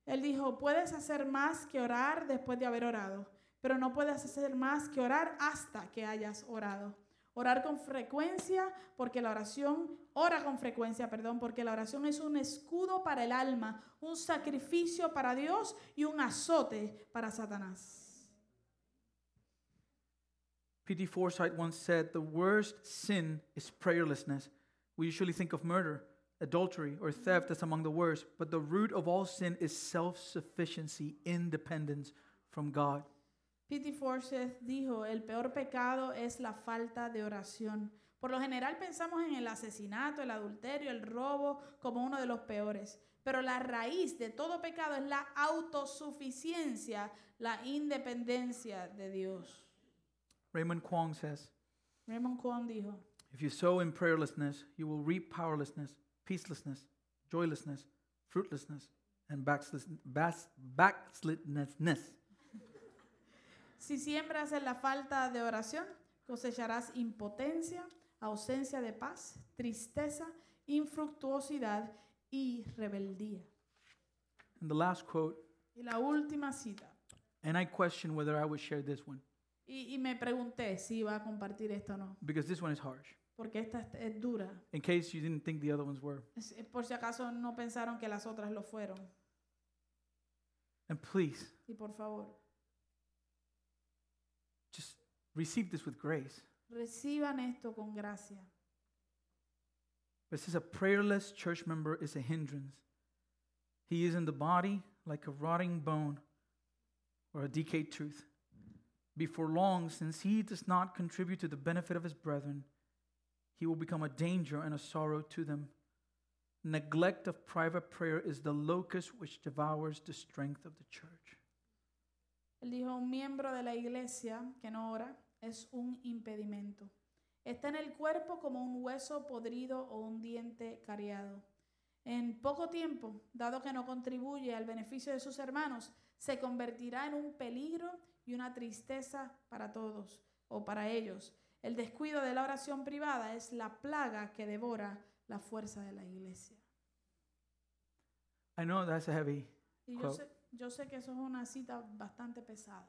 S1: Él dijo, puedes hacer más que orar después de haber orado, pero no puedes hacer más que orar hasta que hayas orado. Orar con frecuencia, porque la oración, ora con frecuencia, perdón, porque la oración es un escudo para el alma, un sacrificio para Dios y un azote para Satanás.
S2: P.T. Forsyth once said, The worst sin is prayerlessness. We usually think of murder, adultery, or theft as among the worst, but the root of all sin is self sufficiency, independence from God.
S1: P.T. Forsyth dijo, el peor pecado es la falta de oración. Por lo general pensamos en el asesinato, el adulterio, el robo como uno de los peores, pero la raíz de todo pecado es la autosuficiencia, la independencia de Dios.
S2: Raymond Kwong says,
S1: Raymond Cohn dijo,
S2: If you sow in prayerlessness, you will reap powerlessness, peacelessness, joylessness, fruitlessness, and backslis- bas- backslidness.
S1: si siembras en la falta de oración, cosecharás impotencia, ausencia de paz, tristeza, infructuosidad y rebeldía.
S2: And the last quote,
S1: Y la última cita.
S2: and I question whether I would share this one
S1: Y, y me pregunté si iba a compartir esto o no,
S2: because this one is harsh.
S1: porque esta es- es dura.
S2: In case you didn't think the other ones were.
S1: Es- es Por si acaso no pensaron que las otras lo fueron.
S2: And please,
S1: Y por favor,
S2: just receive this with grace.
S1: reciban esto con gracia.
S2: But it says a prayerless church member is a hindrance. He is in the body like a rotting bone or a decayed tooth. Before long, since he does not contribute to the benefit of his brethren, he will become a danger and a sorrow to them. Neglect of private prayer is the locust which devours the strength of the church.
S1: Él dijo, un miembro de la iglesia que no ora es un impedimento. Está en el cuerpo como un hueso podrido o un diente cariado. En poco tiempo, dado que no contribuye al beneficio de sus hermanos, se convertirá en un peligro y una tristeza para todos o para ellos. El descuido de la oración privada es la plaga que devora la fuerza de la iglesia.
S2: I know that's heavy,
S1: Y yo
S2: Quote.
S1: sé, yo sé que eso es una cita bastante pesada.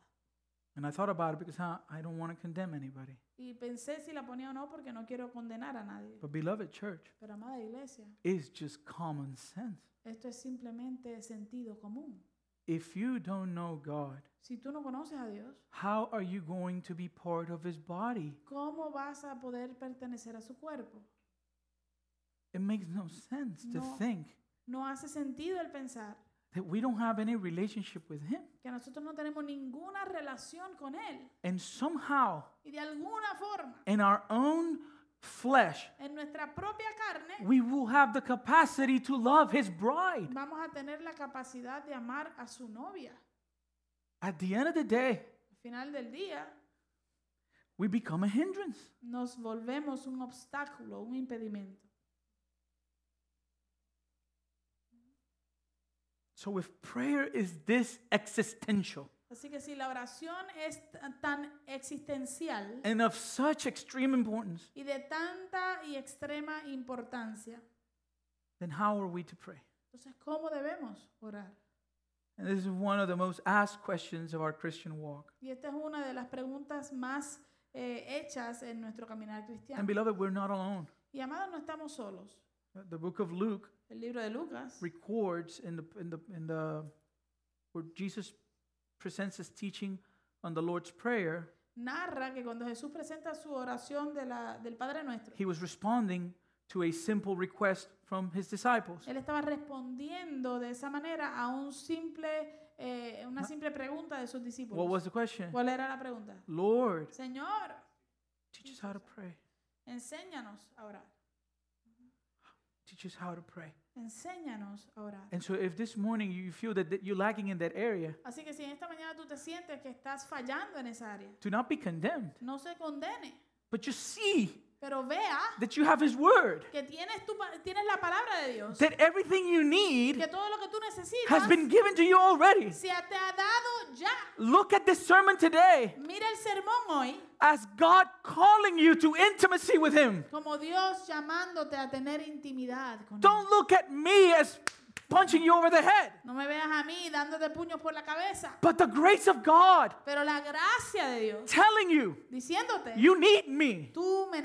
S2: and I thought about it because huh, I don't want to condemn anybody.
S1: Y pensé si la ponía o no porque no quiero condenar a nadie.
S2: But, beloved church,
S1: Pero amada iglesia,
S2: it's just common sense.
S1: esto es simplemente sentido común.
S2: If you don't know God,
S1: Si tú no conoces a Dios,
S2: How are you going to be part of his body?
S1: ¿cómo vas a poder pertenecer a su cuerpo?
S2: It makes no sense to
S1: No.
S2: think
S1: No hace sentido el pensar
S2: that we don't have any relationship with him.
S1: que nosotros no tenemos ninguna relación con Él.
S2: And somehow,
S1: Y de alguna forma,
S2: in our own flesh,
S1: en nuestra propia carne,
S2: we will have the capacity to love his bride.
S1: vamos a tener la capacidad de amar a su novia.
S2: At the end of the day,
S1: Al final del día,
S2: we become a hindrance.
S1: nos volvemos un obstáculo, un impedimento.
S2: So if prayer is this existential
S1: Así que si la oración es t- tan existencial
S2: and of such extreme importance,
S1: y de tanta y extrema importancia,
S2: then how are we to pray?
S1: entonces, ¿cómo debemos orar?
S2: And this is one of the most asked questions of our Christian walk.
S1: Y esta es una de las preguntas más eh, hechas en nuestro caminar
S2: And
S1: cristiano.
S2: beloved, we're not alone.
S1: Y amados, no estamos solos.
S2: The book of Luke
S1: El libro de Lucas
S2: records in the in the in the where Jesus presents his teaching on the Lord's Prayer,
S1: narra que cuando Jesús presenta su oración de la- del Padre Nuestro,
S2: he was responding to a simple request from his disciples.
S1: él estaba respondiendo de esa manera a un simple, eh, una
S2: Ma-
S1: simple pregunta de sus
S2: Ah. What
S1: discípulos.
S2: was the question?
S1: ¿Cuál era la pregunta?
S2: Lord,
S1: Señor,
S2: teach us how to pray.
S1: enséñanos a orar.
S2: Teach us how to pray.
S1: Enséñanos a orar.
S2: And so if this morning you feel that, that you're lacking in that area,
S1: Así que si en esta mañana tú te sientes que estás fallando en esa área,
S2: do not be condemned,
S1: no se condene,
S2: but just see
S1: pero vea
S2: that you have his word.
S1: que tienes, tu, pa- tienes la palabra de Dios,
S2: That everything you need
S1: que todo lo que tú
S2: has
S1: necesitas
S2: been given to you already.
S1: se te ha dado ya.
S2: Look at this sermon today
S1: Mira el sermón hoy
S2: as God calling you to intimacy with him.
S1: como Dios llamándote a tener intimidad con Él.
S2: Don't look at me as punching you over the head,
S1: No me veas a mí dándote puños por la cabeza,
S2: but the grace of God
S1: pero la gracia de Dios
S2: telling you,
S1: diciéndote,
S2: you need me.
S1: tú me
S2: You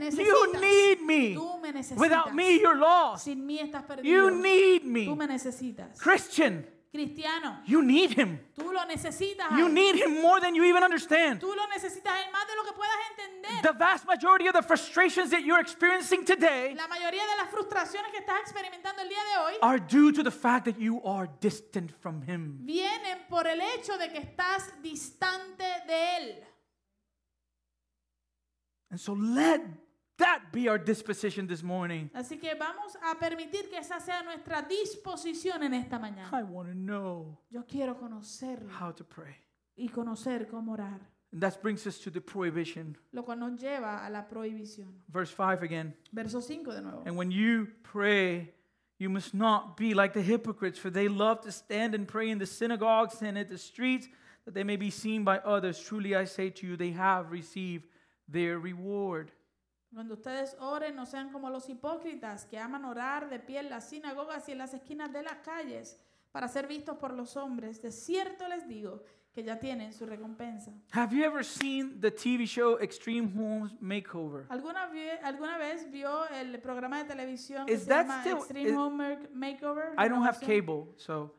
S1: necesitas.
S2: need me.
S1: Tú me necesitas.
S2: Without me, you're lost.
S1: Sin mí estás perdido.
S2: You need
S1: Tú
S2: me.
S1: me necesitas.
S2: Christian,
S1: Cristiano,
S2: you need him.
S1: tú lo necesitas. a
S2: You
S1: él.
S2: need him more than you even understand.
S1: Tú lo necesitas a él más de lo que puedas entender.
S2: The vast majority of the frustrations that you're experiencing today
S1: La mayoría de las frustraciones que estás experimentando el día de hoy
S2: are due to the fact that you are distant from him.
S1: vienen por el hecho de que estás distante de él.
S2: And so let that be our disposition this morning.
S1: Así que vamos a permitir que esa sea nuestra disposición en esta mañana.
S2: I want to know
S1: Yo quiero conocerlo
S2: how to pray.
S1: y conocer cómo orar,
S2: And that brings us to the prohibition.
S1: lo cual nos lleva a la prohibición.
S2: Verse 5 again.
S1: Verso 5 de nuevo.
S2: And when you pray, you must not be like the hypocrites, for they love to stand and pray in the synagogues and at the streets, that they may be seen by others. Truly I say to you, they have received their reward.
S1: Cuando ustedes oren, no sean como los hipócritas que aman orar de pie en las sinagogas y en las esquinas de las calles para ser vistos por los hombres. De cierto les digo que ya tienen su recompensa.
S2: Have you ever seen the TV show Extreme Homes Makeover?
S1: ¿Alguna, vie- alguna vez vio el programa de televisión que
S2: Is
S1: se
S2: that
S1: llama
S2: still-
S1: Extreme
S2: is-
S1: Home Make- Makeover?
S2: I don't have
S1: Renovación?
S2: cable, so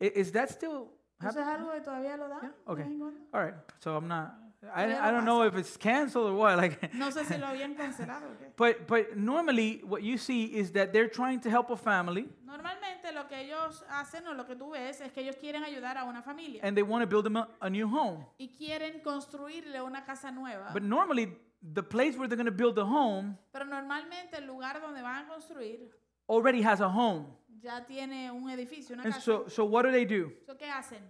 S2: i- is that still
S1: ¿Eso es
S2: happening?
S1: algo que todavía lo dan?
S2: Yeah,
S1: de vez
S2: okay.
S1: en cuando?
S2: All right, so I'm not.
S1: Todavía
S2: I, I
S1: lo
S2: don't know if it's canceled or what. Like,
S1: No sé si lo habían cancelado o qué.
S2: but but normally what you see is that they're trying to help a family
S1: Normalmente lo que ellos hacen o lo que tú ves es que ellos quieren ayudar a una familia
S2: and they want to build them a, a new home.
S1: y quieren construirle una casa nueva.
S2: But normally, the place where they're going to build the home
S1: Pero normalmente el lugar donde van a construir
S2: already has a home.
S1: ya tiene un edificio, una
S2: And
S1: casa.
S2: so, so what do they do?
S1: So, ¿Qué hacen?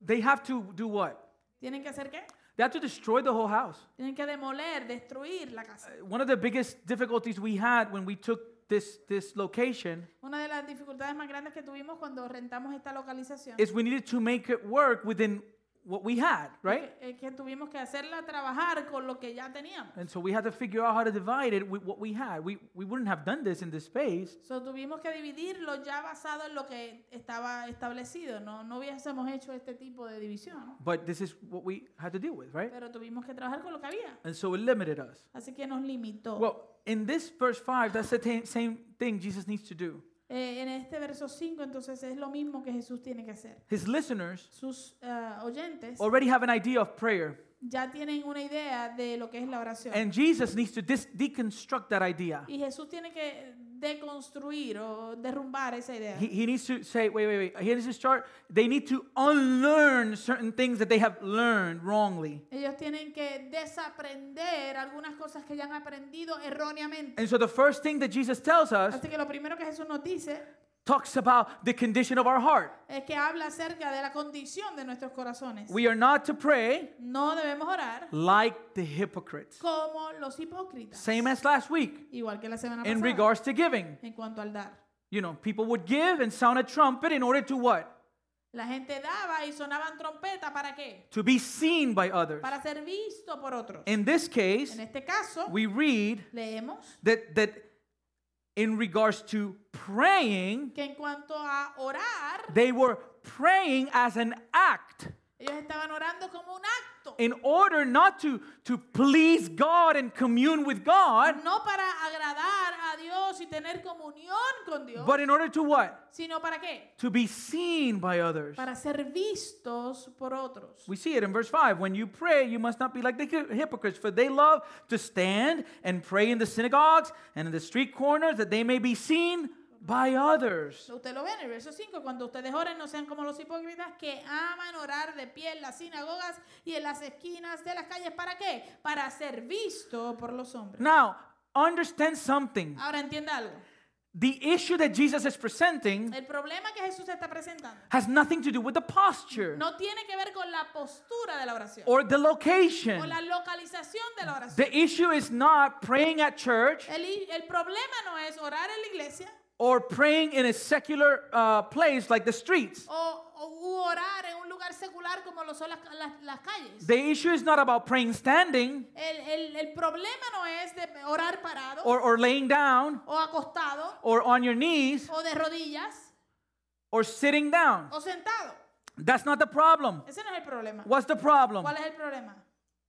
S2: They have to do what?
S1: ¿Tienen que hacer qué?
S2: They have to destroy the whole house.
S1: Tienen que demoler, destruir la casa.
S2: Uh, One of the biggest difficulties we had when we took this, this location
S1: Una de las dificultades más grandes que tuvimos cuando rentamos esta localización
S2: is we needed to make it work within what we had, right?
S1: es que tuvimos que hacerla trabajar con lo que ya teníamos.
S2: And so we had to figure out how to divide it with what we had. We, we wouldn't have done this in this space
S1: So, tuvimos que dividirlo ya basado en lo que estaba establecido. No, no hubiésemos hecho este tipo de división,
S2: but this is what we had to deal with, right?
S1: pero tuvimos que trabajar con lo que había.
S2: And so it limited us.
S1: Así que nos limitó.
S2: Well, in this verse 5, that's the ta- same thing Jesus needs to do.
S1: Eh, en este verso 5, entonces es lo mismo que Jesús tiene que hacer.
S2: His listeners
S1: Sus ah, oyentes
S2: already have an idea of prayer,
S1: ya tienen una idea de lo que es la oración.
S2: and Jesus needs to dis- deconstruct that idea.
S1: Y Jesús tiene que deconstruir o derrumbar esa idea.
S2: He, he needs to say, wait, wait, wait. He needs to start, they need to unlearn certain things that they have learned wrongly.
S1: Ellos tienen que desaprender algunas cosas que ya han aprendido erróneamente.
S2: And so the first thing that Jesus tells us
S1: Así que lo primero que Jesús nos dice
S2: talks about the condition of our heart.
S1: es que habla acerca de la condición de nuestros corazones.
S2: We are not to pray
S1: No debemos orar
S2: like the hypocrites.
S1: como los hipócritas.
S2: Same as last week
S1: Igual que la semana
S2: in
S1: pasada.
S2: regards to giving.
S1: En cuanto al dar.
S2: You know, people would give and sound a trumpet in order to what?
S1: La gente daba y sonaban trompeta para qué?
S2: To be seen by others.
S1: Para ser visto por otros.
S2: In this case,
S1: En este caso,
S2: we read
S1: leemos
S2: that that in regards to praying,
S1: que en cuanto a orar,
S2: they were praying as an act
S1: ellos estaban orando como un acto,
S2: in order not to to please God and commune with God,
S1: no para agradar a Dios y tener comunión con Dios,
S2: but in order to what?
S1: sino para qué?
S2: To be seen by others.
S1: Para ser vistos por otros.
S2: We see it in verse 5. When you pray, you must not be like the hy- hypocrites, for they love to stand and pray in the synagogues and in the street corners that they may be seen by others.
S1: Usted lo ve en el verso 5, cuando ustedes oren no sean como los hipócritas que aman orar de pie en las sinagogas y en las esquinas de las calles, ¿para qué? Para ser visto por los hombres.
S2: Now, understand something.
S1: Ahora entienda algo.
S2: The issue that Jesus is presenting
S1: El problema que Jesús está presentando
S2: has nothing to do with the posture
S1: no tiene que ver con la postura de la oración
S2: or the
S1: o
S2: location.
S1: la localización de la oración.
S2: The issue is not praying at church
S1: El, i- el problema no es orar en la iglesia
S2: or praying in a secular uh, place like the streets.
S1: o, o u orar en un lugar secular como lo son las, las- las calles.
S2: The issue is not about praying standing
S1: El, el- el problema no es de orar parado
S2: or, or laying down
S1: o acostado
S2: or on your knees
S1: o de rodillas
S2: or sitting down.
S1: o sentado.
S2: That's not the problem.
S1: Ese no es el problema.
S2: What's the problem?
S1: ¿Cuál es el problema?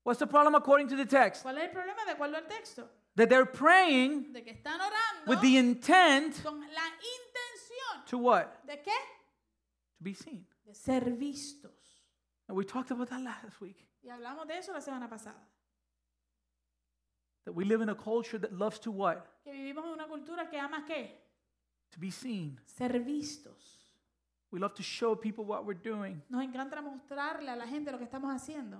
S2: What's the problem according to the text?
S1: ¿Cuál es el problema de acuerdo al texto?
S2: That they're praying
S1: De que están orando
S2: with the intent
S1: con la intención
S2: to what?
S1: de qué?
S2: To be seen.
S1: De ser vistos.
S2: And we talked about that last week.
S1: Y hablamos de eso la semana pasada.
S2: That we live in a culture that loves to what?
S1: Que vivimos en una cultura que ama qué?
S2: To be seen.
S1: Ser vistos.
S2: We love to show people what we're doing.
S1: Nos encanta mostrarle a la gente lo que estamos haciendo.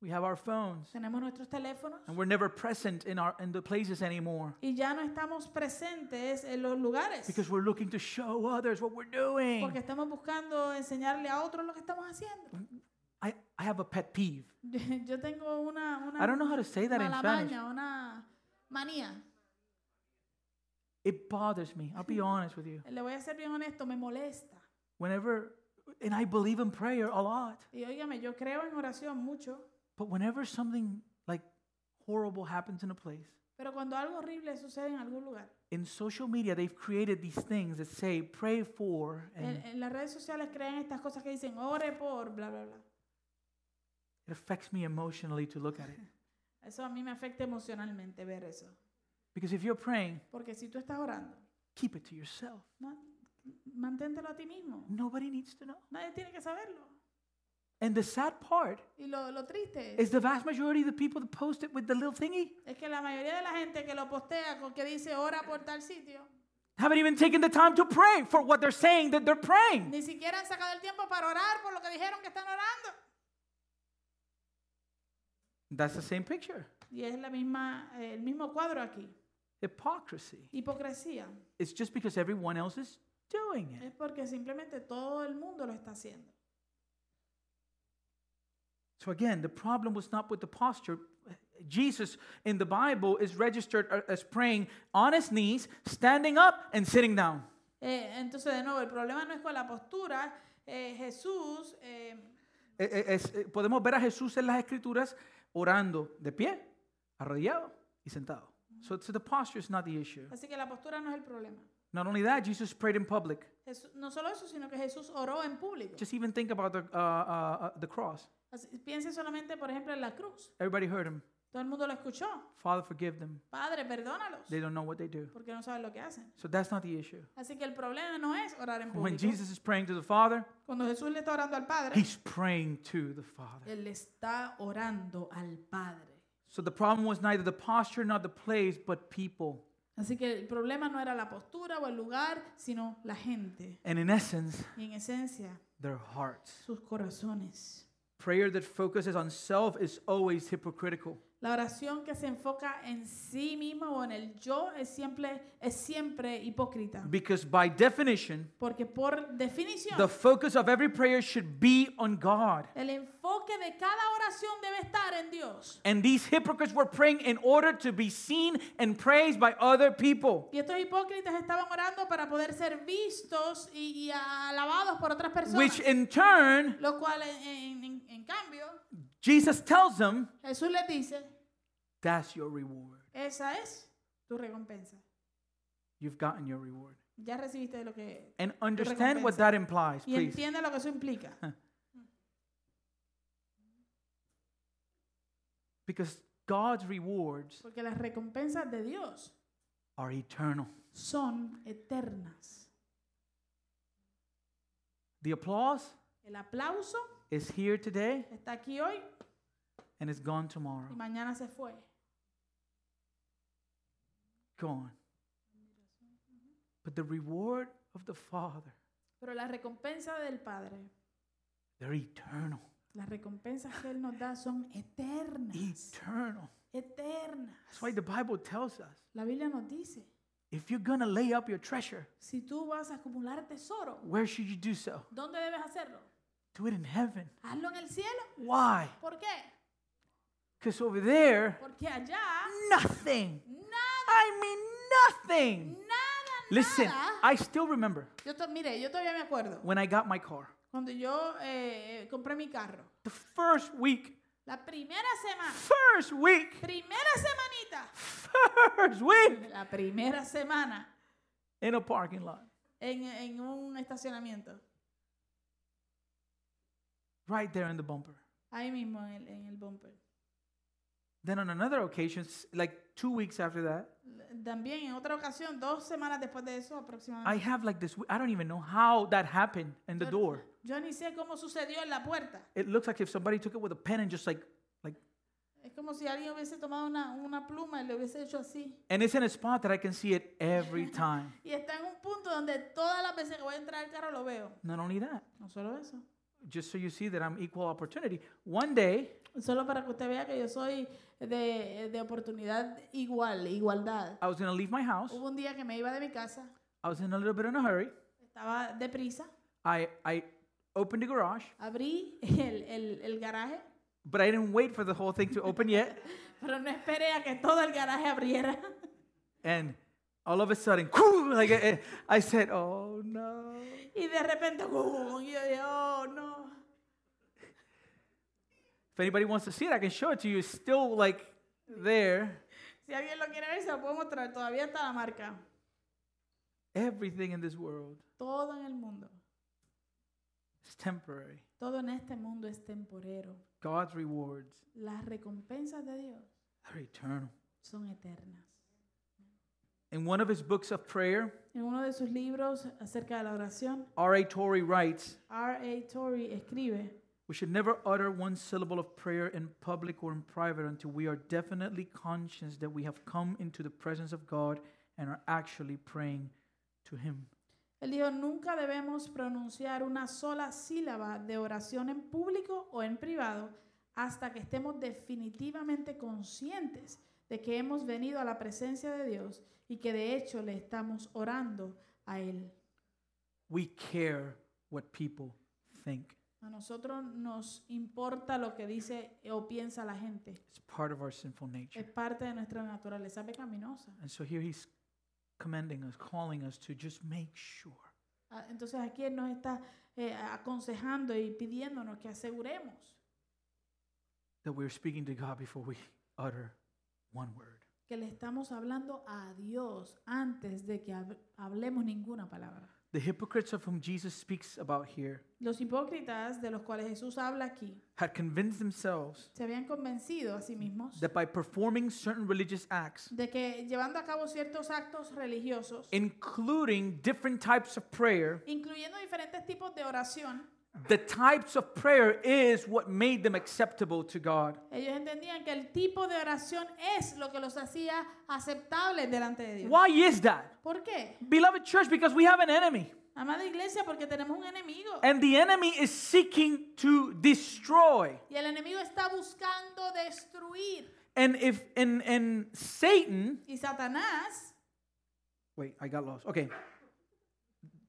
S2: We have our phones
S1: Tenemos nuestros teléfonos
S2: and we're never present in our in the places anymore
S1: y ya no estamos presentes en los lugares
S2: because we're looking to show others what we're
S1: porque
S2: doing.
S1: estamos buscando enseñarle a otros lo que estamos haciendo.
S2: I, I have a pet peeve.
S1: Yo tengo una,
S2: I don't
S1: una
S2: know how to say that in
S1: mala
S2: Spanish.
S1: maña, una manía.
S2: It bothers me. I'll be honest with you.
S1: Le voy a ser bien honesto, me molesta.
S2: whenever and i believe in prayer a lot
S1: Y óigame, yo creo en oración mucho,
S2: but whenever something like horrible happens in a place
S1: pero cuando algo horrible sucede en algún lugar,
S2: in social media they've created these things that say pray for and
S1: en, en las redes sociales crean estas cosas que dicen ore por bla bla bla.
S2: it affects me emotionally to look at it
S1: Eso a mí me afecta emocionalmente ver eso,
S2: because if you're praying
S1: porque si tú estás orando,
S2: keep it to yourself
S1: ¿no? manténtelo a ti mismo.
S2: nobody needs to know
S1: Nadie tiene que saberlo.
S2: and the sad part
S1: Y lo, lo triste
S2: is
S1: es,
S2: the vast majority of the people that post it with the little thingy
S1: es que la mayoría de la gente que lo postea con que dice ora por tal sitio,
S2: haven't even taken the time to pray for what they're saying that they're praying
S1: ni siquiera han sacado el tiempo para orar por lo que dijeron que están orando.
S2: that's the same picture
S1: Y es la misma, eh, el mismo cuadro aquí.
S2: hypocrisy
S1: Hipocresía.
S2: it's just because everyone else is doing it
S1: Es porque simplemente todo el mundo lo está haciendo.
S2: So again, the problem was not with the posture. Jesus in the Bible is registered a- as praying on his knees, standing up, and sitting down.
S1: Eh, entonces, de nuevo, el problema no es con la postura. Eh, Jesús, eh,
S2: Eh, eh, es- eh, podemos ver a Jesús en las Escrituras orando de pie, arrodillado y sentado. So, so the posture is not the issue.
S1: así que la postura no es el problema.
S2: Not only that, Jesus prayed in public.
S1: Jesús- no solo eso, sino que Jesús oró en público.
S2: Just even think about the, uh, uh, uh, the cross.
S1: Así- piense solamente, por ejemplo, en la cruz.
S2: Everybody heard him.
S1: Todo el mundo lo escuchó.
S2: Father, forgive them.
S1: Padre, perdónalos,
S2: They don't know what they do.
S1: porque no saben lo que hacen.
S2: So that's not the issue.
S1: Así que el problema no es orar en
S2: When
S1: público.
S2: Jesus is praying to the Father,
S1: Cuando Jesús le está orando al Padre,
S2: he's praying to the Father.
S1: Él le está orando al Padre.
S2: So the problem was neither the posture nor the place, but people.
S1: Así que el problema no era la postura o el lugar, sino la gente.
S2: and in essence,
S1: Y en esencia,
S2: their hearts.
S1: sus corazones.
S2: Prayer that focuses on self is always hypocritical.
S1: La oración que se enfoca en sí misma o en el yo es siempre, es siempre hipócrita.
S2: Because by definition,
S1: Porque por definición,
S2: the focus of every prayer should be on God.
S1: el enfoque de cada oración debe estar en Dios.
S2: And these hypocrites were praying in order to be seen and praised by other people.
S1: Y estos hipócritas estaban orando para poder ser vistos y, y alabados por otras personas.
S2: Which in turn,
S1: Lo cual, en, en- en cambio,
S2: Jesus tells them,
S1: Jesús les dice,
S2: that's your reward.
S1: esa es tu recompensa.
S2: You've gotten your reward.
S1: Ya recibiste lo que...
S2: And understand what that implies,
S1: Y
S2: please.
S1: entiende lo que eso implica.
S2: Because God's rewards
S1: Porque las recompensas de Dios
S2: are eternal.
S1: son eternas.
S2: The applause
S1: El aplauso
S2: is here today
S1: está aquí hoy
S2: and it's gone
S1: y
S2: tomorrow.
S1: mañana se fue.
S2: Gone. But the reward of the Father,
S1: Pero la recompensa del Padre,
S2: they're eternal.
S1: las recompensas que Él nos da son eternas.
S2: Eternal.
S1: Eternas.
S2: That's why the Bible tells us
S1: La Biblia nos dice,
S2: if you're going to lay up your treasure,
S1: si tú vas a acumular tesoro,
S2: where should you do so?
S1: ¿dónde debes hacerlo?
S2: Do it in heaven.
S1: Hazlo en el cielo.
S2: Why?
S1: ¿Por qué?
S2: Because over there,
S1: Porque allá
S2: nothing.
S1: nada,
S2: I mean, nothing.
S1: nada,
S2: Listen,
S1: nada.
S2: I still remember
S1: Yo to- mire, yo todavía me acuerdo
S2: when I got my car.
S1: cuando yo eh, compré mi carro.
S2: The first week,
S1: La primera semana,
S2: first week,
S1: primera semanita,
S2: first week
S1: la primera semana
S2: in a parking lot.
S1: en, en un estacionamiento,
S2: Right there in the bumper.
S1: ahí mismo en el, en el bumper.
S2: Then on another occasion, s- like two weeks after that,
S1: L- También en otra ocasión, dos semanas después de eso
S2: I
S1: aproximadamente,
S2: have like this. w- I don't even know how that happened in the
S1: Yo-
S2: door.
S1: yo ni sé cómo sucedió en la puerta.
S2: It looks like if somebody took it with a pen and just like, like,
S1: Es como si alguien hubiese tomado una, una pluma y le hubiese hecho así.
S2: and it's in a spot that I can see it every time.
S1: Y está en un punto donde todas las veces que voy a entrar al carro lo veo.
S2: Not only that,
S1: No solo eso.
S2: just so you see that I'm equal opportunity. One day,
S1: Solo para que usted vea que yo soy de, de oportunidad igual, igualdad.
S2: I was gonna leave my house.
S1: Hubo un día que me iba de mi casa,
S2: I was in a little bit in a hurry.
S1: estaba deprisa,
S2: I I opened the garage,
S1: abrí el, el, el garaje,
S2: but I didn't wait for the whole thing to open yet.
S1: pero no esperé a que todo el garaje abriera.
S2: And all of a sudden, like I, I said, "Oh no!"
S1: Y de repente, ¡gum! y yo dije, oh no.
S2: If anybody wants to see it, I can show it to you. It's still like there.
S1: Si alguien lo quiere ver, se lo puedo mostrar. Todavía está la marca.
S2: Everything in this world
S1: Todo en el mundo,
S2: is temporary.
S1: todo en este mundo es temporero.
S2: God's rewards
S1: Las recompensas de Dios
S2: are eternal.
S1: son eternas.
S2: In one of his books of prayer,
S1: En uno de sus libros acerca de la oración,
S2: R.A. Torrey writes,
S1: R.A. Torrey escribe,
S2: "We should never utter one syllable of prayer in public or in private until we are definitely conscious that we have come into the presence of God and are actually praying to Him."
S1: él dijo, nunca debemos pronunciar una sola sílaba de oración en público o en privado hasta que estemos definitivamente conscientes de que hemos venido a la presencia de Dios y que de hecho le estamos orando a Él.
S2: We care what people think.
S1: A nosotros nos importa lo que dice o piensa la gente.
S2: It's part of our sinful
S1: Es
S2: nature.
S1: parte de nuestra naturaleza pecaminosa.
S2: And so here he's commending us, calling us to just make sure
S1: Ah, Entonces aquí Él nos está eh, aconsejando y pidiéndonos que aseguremos
S2: that we're speaking to God before we utter one word.
S1: que le estamos hablando a Dios antes de que hab- hablemos ninguna palabra.
S2: The hypocrites of whom Jesus speaks about here
S1: Los hipócritas de los cuales Jesús habla aquí
S2: had convinced themselves
S1: se habían convencido a sí mismos
S2: that by performing certain religious acts,
S1: de que llevando a cabo ciertos actos religiosos,
S2: including different types of prayer,
S1: incluyendo diferentes tipos de oración,
S2: The types of prayer is what made them acceptable to God.
S1: Ellos entendían que el tipo de oración es lo que los hacía aceptables delante de Dios.
S2: Why is that?
S1: ¿Por qué?
S2: Beloved church, because we have an enemy.
S1: Amada iglesia, porque tenemos un enemigo.
S2: And the enemy is seeking to destroy.
S1: Y el enemigo está buscando destruir.
S2: And if and and Satan,
S1: Y Satanás,
S2: wait, I got lost. Okay.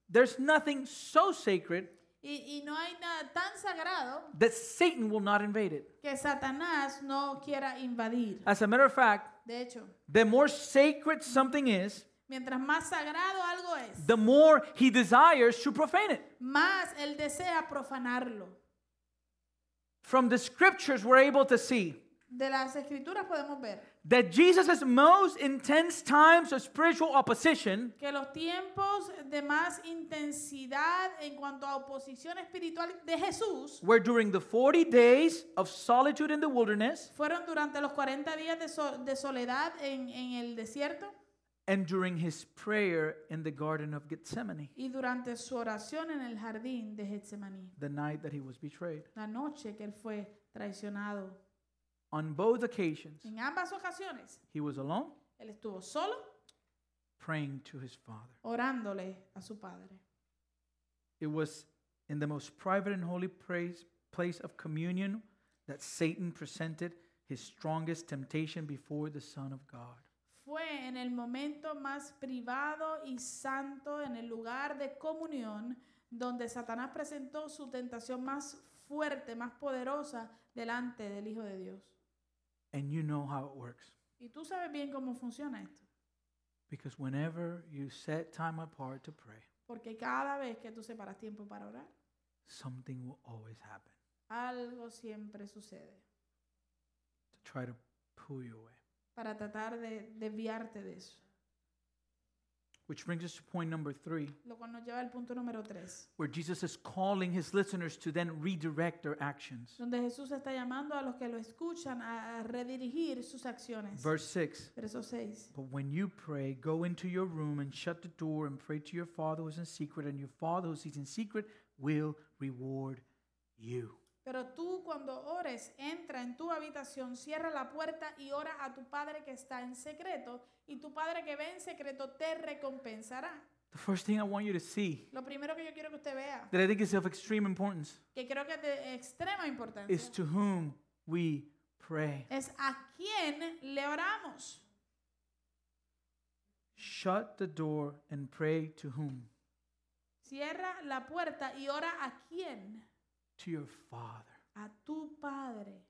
S2: There's nothing so sacred
S1: y, y no hay nada tan sagrado
S2: that Satan will not invade it.
S1: que Satanás no quiera invadir.
S2: As a matter of fact,
S1: De hecho,
S2: the more sacred something is,
S1: mientras más sagrado algo es,
S2: the more he desires to profane it.
S1: más él desea profanarlo.
S2: From the scriptures, we're able to see
S1: De las escrituras podemos ver
S2: that Jesus' most intense times of spiritual opposition
S1: que los tiempos de más intensidad en cuanto a oposición espiritual de Jesús
S2: were during the 40 days of solitude in the wilderness
S1: fueron durante los 40 días de, so- de soledad en, en el desierto
S2: and during his prayer in the Garden of Gethsemane,
S1: y durante su oración en el jardín de Getsemaní,
S2: the night that he was betrayed.
S1: la noche que él fue traicionado.
S2: On both occasions,
S1: En ambas ocasiones,
S2: he was alone
S1: él estuvo solo
S2: praying to his Father.
S1: orándole a su padre.
S2: It was in the most private and holy praise, place of communion that Satan presented his strongest temptation before the Son of God.
S1: Fue en el momento más privado y santo, en el lugar de comunión, donde Satanás presentó su tentación más fuerte, más poderosa delante del Hijo de Dios.
S2: And you know how it works.
S1: Y tú sabes bien cómo funciona esto,
S2: Because whenever you set time apart to pray,
S1: porque cada vez que tú separas tiempo para orar,
S2: something will always happen
S1: algo siempre sucede
S2: to try to pull you away.
S1: para tratar de desviarte de eso.
S2: Which brings us to point number three,
S1: Lo cual nos lleva al punto número 3,
S2: where Jesus is calling his listeners to then redirect their actions.
S1: donde Jesús está llamando a los que lo escuchan a a redirigir sus acciones.
S2: Verse 6
S1: Verso 6.
S2: But when you pray, go into your room and shut the door and pray to your Father who's in secret, and your Father who sees in secret will reward you.
S1: Pero tú cuando ores, entra en tu habitación, cierra la puerta y ora a tu Padre que está en secreto, y tu Padre que ve en secreto te recompensará.
S2: The first thing I want you to see
S1: Lo primero que yo quiero que usted vea,
S2: that I think is of extreme importance
S1: que creo que es de extrema importancia,
S2: is to whom we pray.
S1: es a quién le oramos.
S2: Shut the door and pray to whom?
S1: Cierra la puerta y ora a quién,
S2: To your Father.
S1: a tu Padre.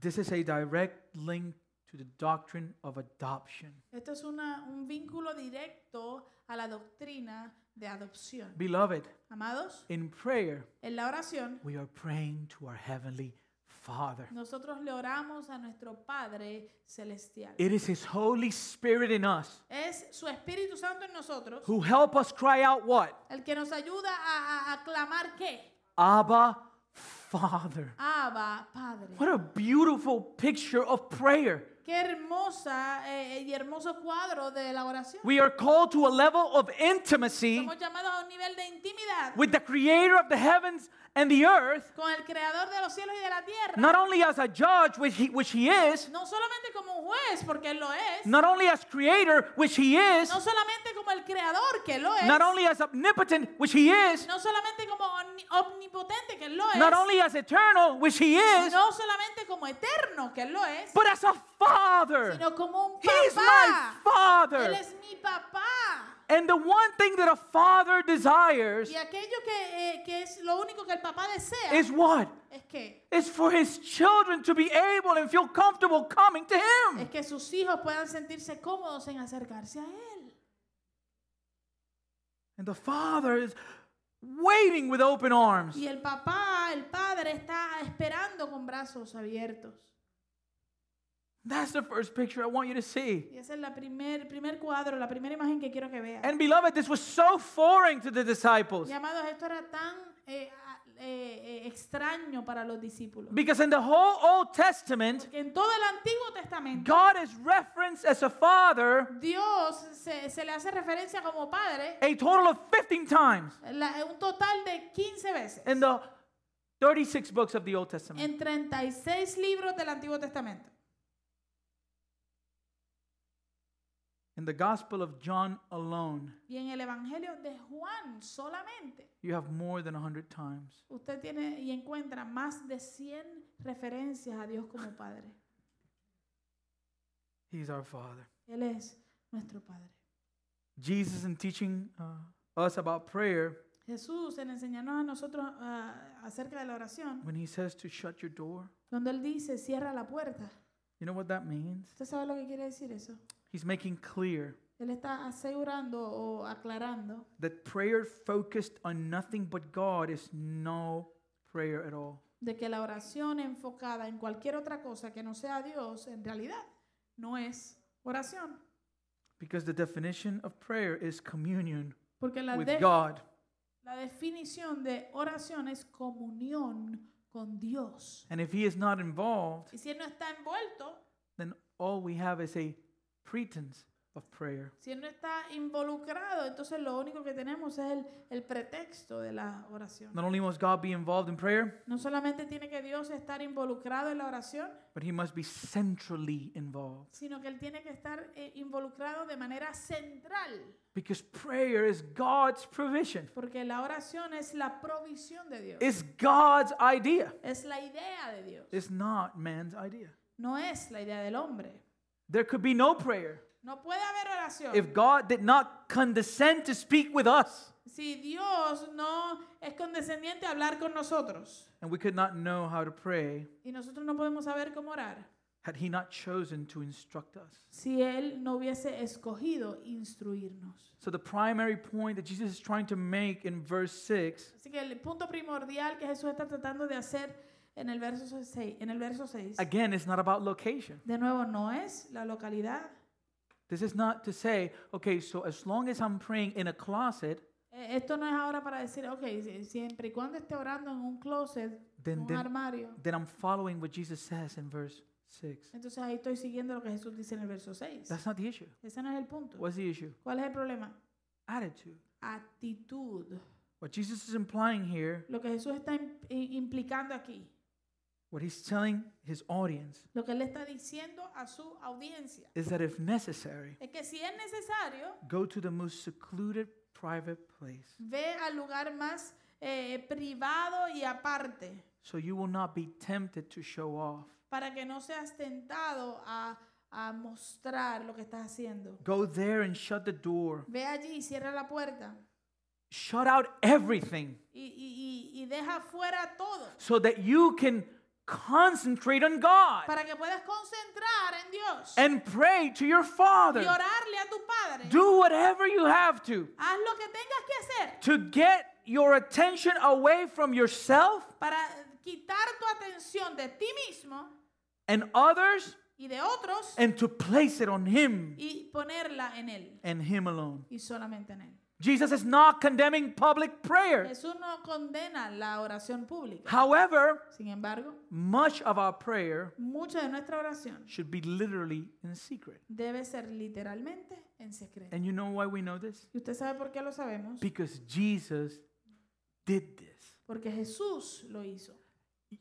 S2: This is a direct link to the doctrine of adoption.
S1: Esto es una- un vínculo directo a la doctrina de adopción.
S2: Beloved,
S1: Amados,
S2: in prayer,
S1: en la oración
S2: we are praying to our Heavenly Father.
S1: Nosotros le oramos a nuestro Padre Celestial.
S2: It is His Holy Spirit in us
S1: Es su Espíritu Santo en nosotros
S2: who help us cry out what?
S1: el que nos ayuda a, a- a clamar qué?
S2: Abba, Father.
S1: Abba, Padre.
S2: What a beautiful picture of prayer.
S1: Qué hermosa eh, y hermoso cuadro de la oración.
S2: We are called to a level of intimacy
S1: Somos llamados a un nivel de intimidad
S2: with the Creator of the heavens and the earth,
S1: con el Creador de los cielos y de la tierra.
S2: not only as a judge, which He, which he is,
S1: No solamente como un juez, porque Él lo es.
S2: not only as Creator, which He is,
S1: No solamente como el Creador, que lo es.
S2: not only as omnipotent, which He is,
S1: No solamente como omni- omnipotente, que lo es.
S2: not only as eternal, which He is,
S1: No solamente como eterno, que lo es.
S2: but as a Father.
S1: sino como un
S2: He is my
S1: papá. Él
S2: Father.
S1: es mi papá.
S2: And the one thing that a father desires
S1: Y aquello que, eh, que es lo único que el papá desea
S2: is what?
S1: es que
S2: It's for his children to be able and feel comfortable coming to him.
S1: es que sus hijos puedan sentirse cómodos en acercarse a él.
S2: And the father is waiting with open arms.
S1: Y el papá, el padre está esperando con brazos abiertos.
S2: That's the first picture I want you to see.
S1: Y ese es el primer, primer cuadro, la primera imagen que quiero que vean.
S2: And beloved, this was so foreign to the disciples
S1: Llamados, esto era tan eh, a- eh, eh, extraño para los discípulos.
S2: because in the whole Old Testament,
S1: Porque en todo el Antiguo Testamento,
S2: God is referenced as a father
S1: Dios se, se le hace referencia como padre
S2: a total of 15 times
S1: La- un total de 15 veces
S2: in the 36 books of the Old Testament.
S1: en 36 libros del Antiguo Testamento.
S2: In the Gospel of John alone,
S1: Y en el Evangelio de Juan solamente,
S2: you have more than 100 times.
S1: usted tiene y encuentra más de 100 referencias a Dios como Padre.
S2: He's our Father.
S1: Él es nuestro Padre.
S2: Jesus, in teaching uh, us about prayer,
S1: Jesús, en enseñarnos a nosotros ah, acerca de la oración,
S2: when he says to shut your door,
S1: cuando Él dice, cierra la puerta,
S2: you know what that means?
S1: ¿usted sabe lo que quiere decir eso?
S2: He's making clear
S1: Él está asegurando o aclarando
S2: that prayer focused on nothing but God is no prayer at all.
S1: de que la oración enfocada en cualquier otra cosa que no sea Dios, en realidad, no es oración.
S2: Because the definition of prayer is communion
S1: Porque la,
S2: with
S1: de-
S2: God.
S1: la definición de oración es comunión con Dios.
S2: And if He is not involved,
S1: Y si Él no está envuelto,
S2: then all we have is a pretense of prayer.
S1: si Él no está involucrado, entonces lo único que tenemos es el, el pretexto de la oración.
S2: Not only must God be involved in prayer,
S1: No solamente tiene que Dios estar involucrado en la oración,
S2: but He must be centrally involved.
S1: sino que Él tiene que estar eh, involucrado de manera central,
S2: Because prayer is God's provision,
S1: porque la oración es la provisión de Dios,
S2: it's God's idea,
S1: es la idea de Dios,
S2: it's not man's idea.
S1: no es la idea del hombre.
S2: There could be no prayer
S1: No puede haber oración
S2: if God did not condescend to speak with us.
S1: si Dios no es condescendiente a hablar con nosotros
S2: And we could not know how to pray
S1: y nosotros no podemos saber cómo orar
S2: had He not chosen to instruct us.
S1: si Él no hubiese escogido instruirnos.
S2: So, the primary point that Jesus is trying to make in verse 6
S1: Así que el punto primordial que Jesús está tratando de hacer en el verso 6, en el verso 6
S2: again is not about location.
S1: De nuevo, no es la localidad.
S2: This is not to say, okay, so as long as I'm praying in a closet,
S1: Eh, Esto no es ahora para decir, ok, si- siempre y cuando esté orando en un closet, en
S2: then,
S1: un
S2: then,
S1: armario,
S2: then I'm following what Jesus says in verse 6.
S1: entonces ahí estoy siguiendo lo que Jesús dice en el verso 6.
S2: That's not the issue.
S1: Ese no es el punto.
S2: What's the issue?
S1: ¿Cuál es el problema?
S2: Attitude.
S1: Actitud.
S2: What Jesus is implying here,
S1: Lo que Jesús está im- i- implicando aquí,
S2: what he's telling his audience,
S1: lo que Él le está diciendo a su audiencia,
S2: is that if necessary,
S1: es que si es necesario,
S2: go to the most secluded private place
S1: ve al lugar más eh, privado y aparte,
S2: so you will not be tempted to show off.
S1: para que no seas tentado a, a mostrar lo que estás haciendo.
S2: Go there and shut the door.
S1: Ve allí, cierra la puerta
S2: Shut out everything
S1: y, y- y- y deja fuera todo
S2: so that you can concentrate on God.
S1: para que puedas concentrar en Dios
S2: and pray to your
S1: y
S2: father.
S1: orarle a tu Padre.
S2: Do whatever you have to
S1: Haz lo que tengas que hacer
S2: to get your attention away from yourself
S1: para quitar tu atención de ti mismo
S2: and others
S1: y de otros
S2: and to place it on him
S1: y ponerla en Él
S2: and him alone.
S1: y solamente en Él.
S2: Jesus is not condemning public prayer.
S1: Jesús no condena la oración pública.
S2: However,
S1: Sin embargo,
S2: much of our prayer
S1: mucha de nuestra oración
S2: should be literally in secret.
S1: debe ser literalmente en secreto.
S2: And you know why we know this?
S1: ¿Y usted sabe por qué lo sabemos?
S2: Because Jesus did this.
S1: Porque Jesús lo hizo.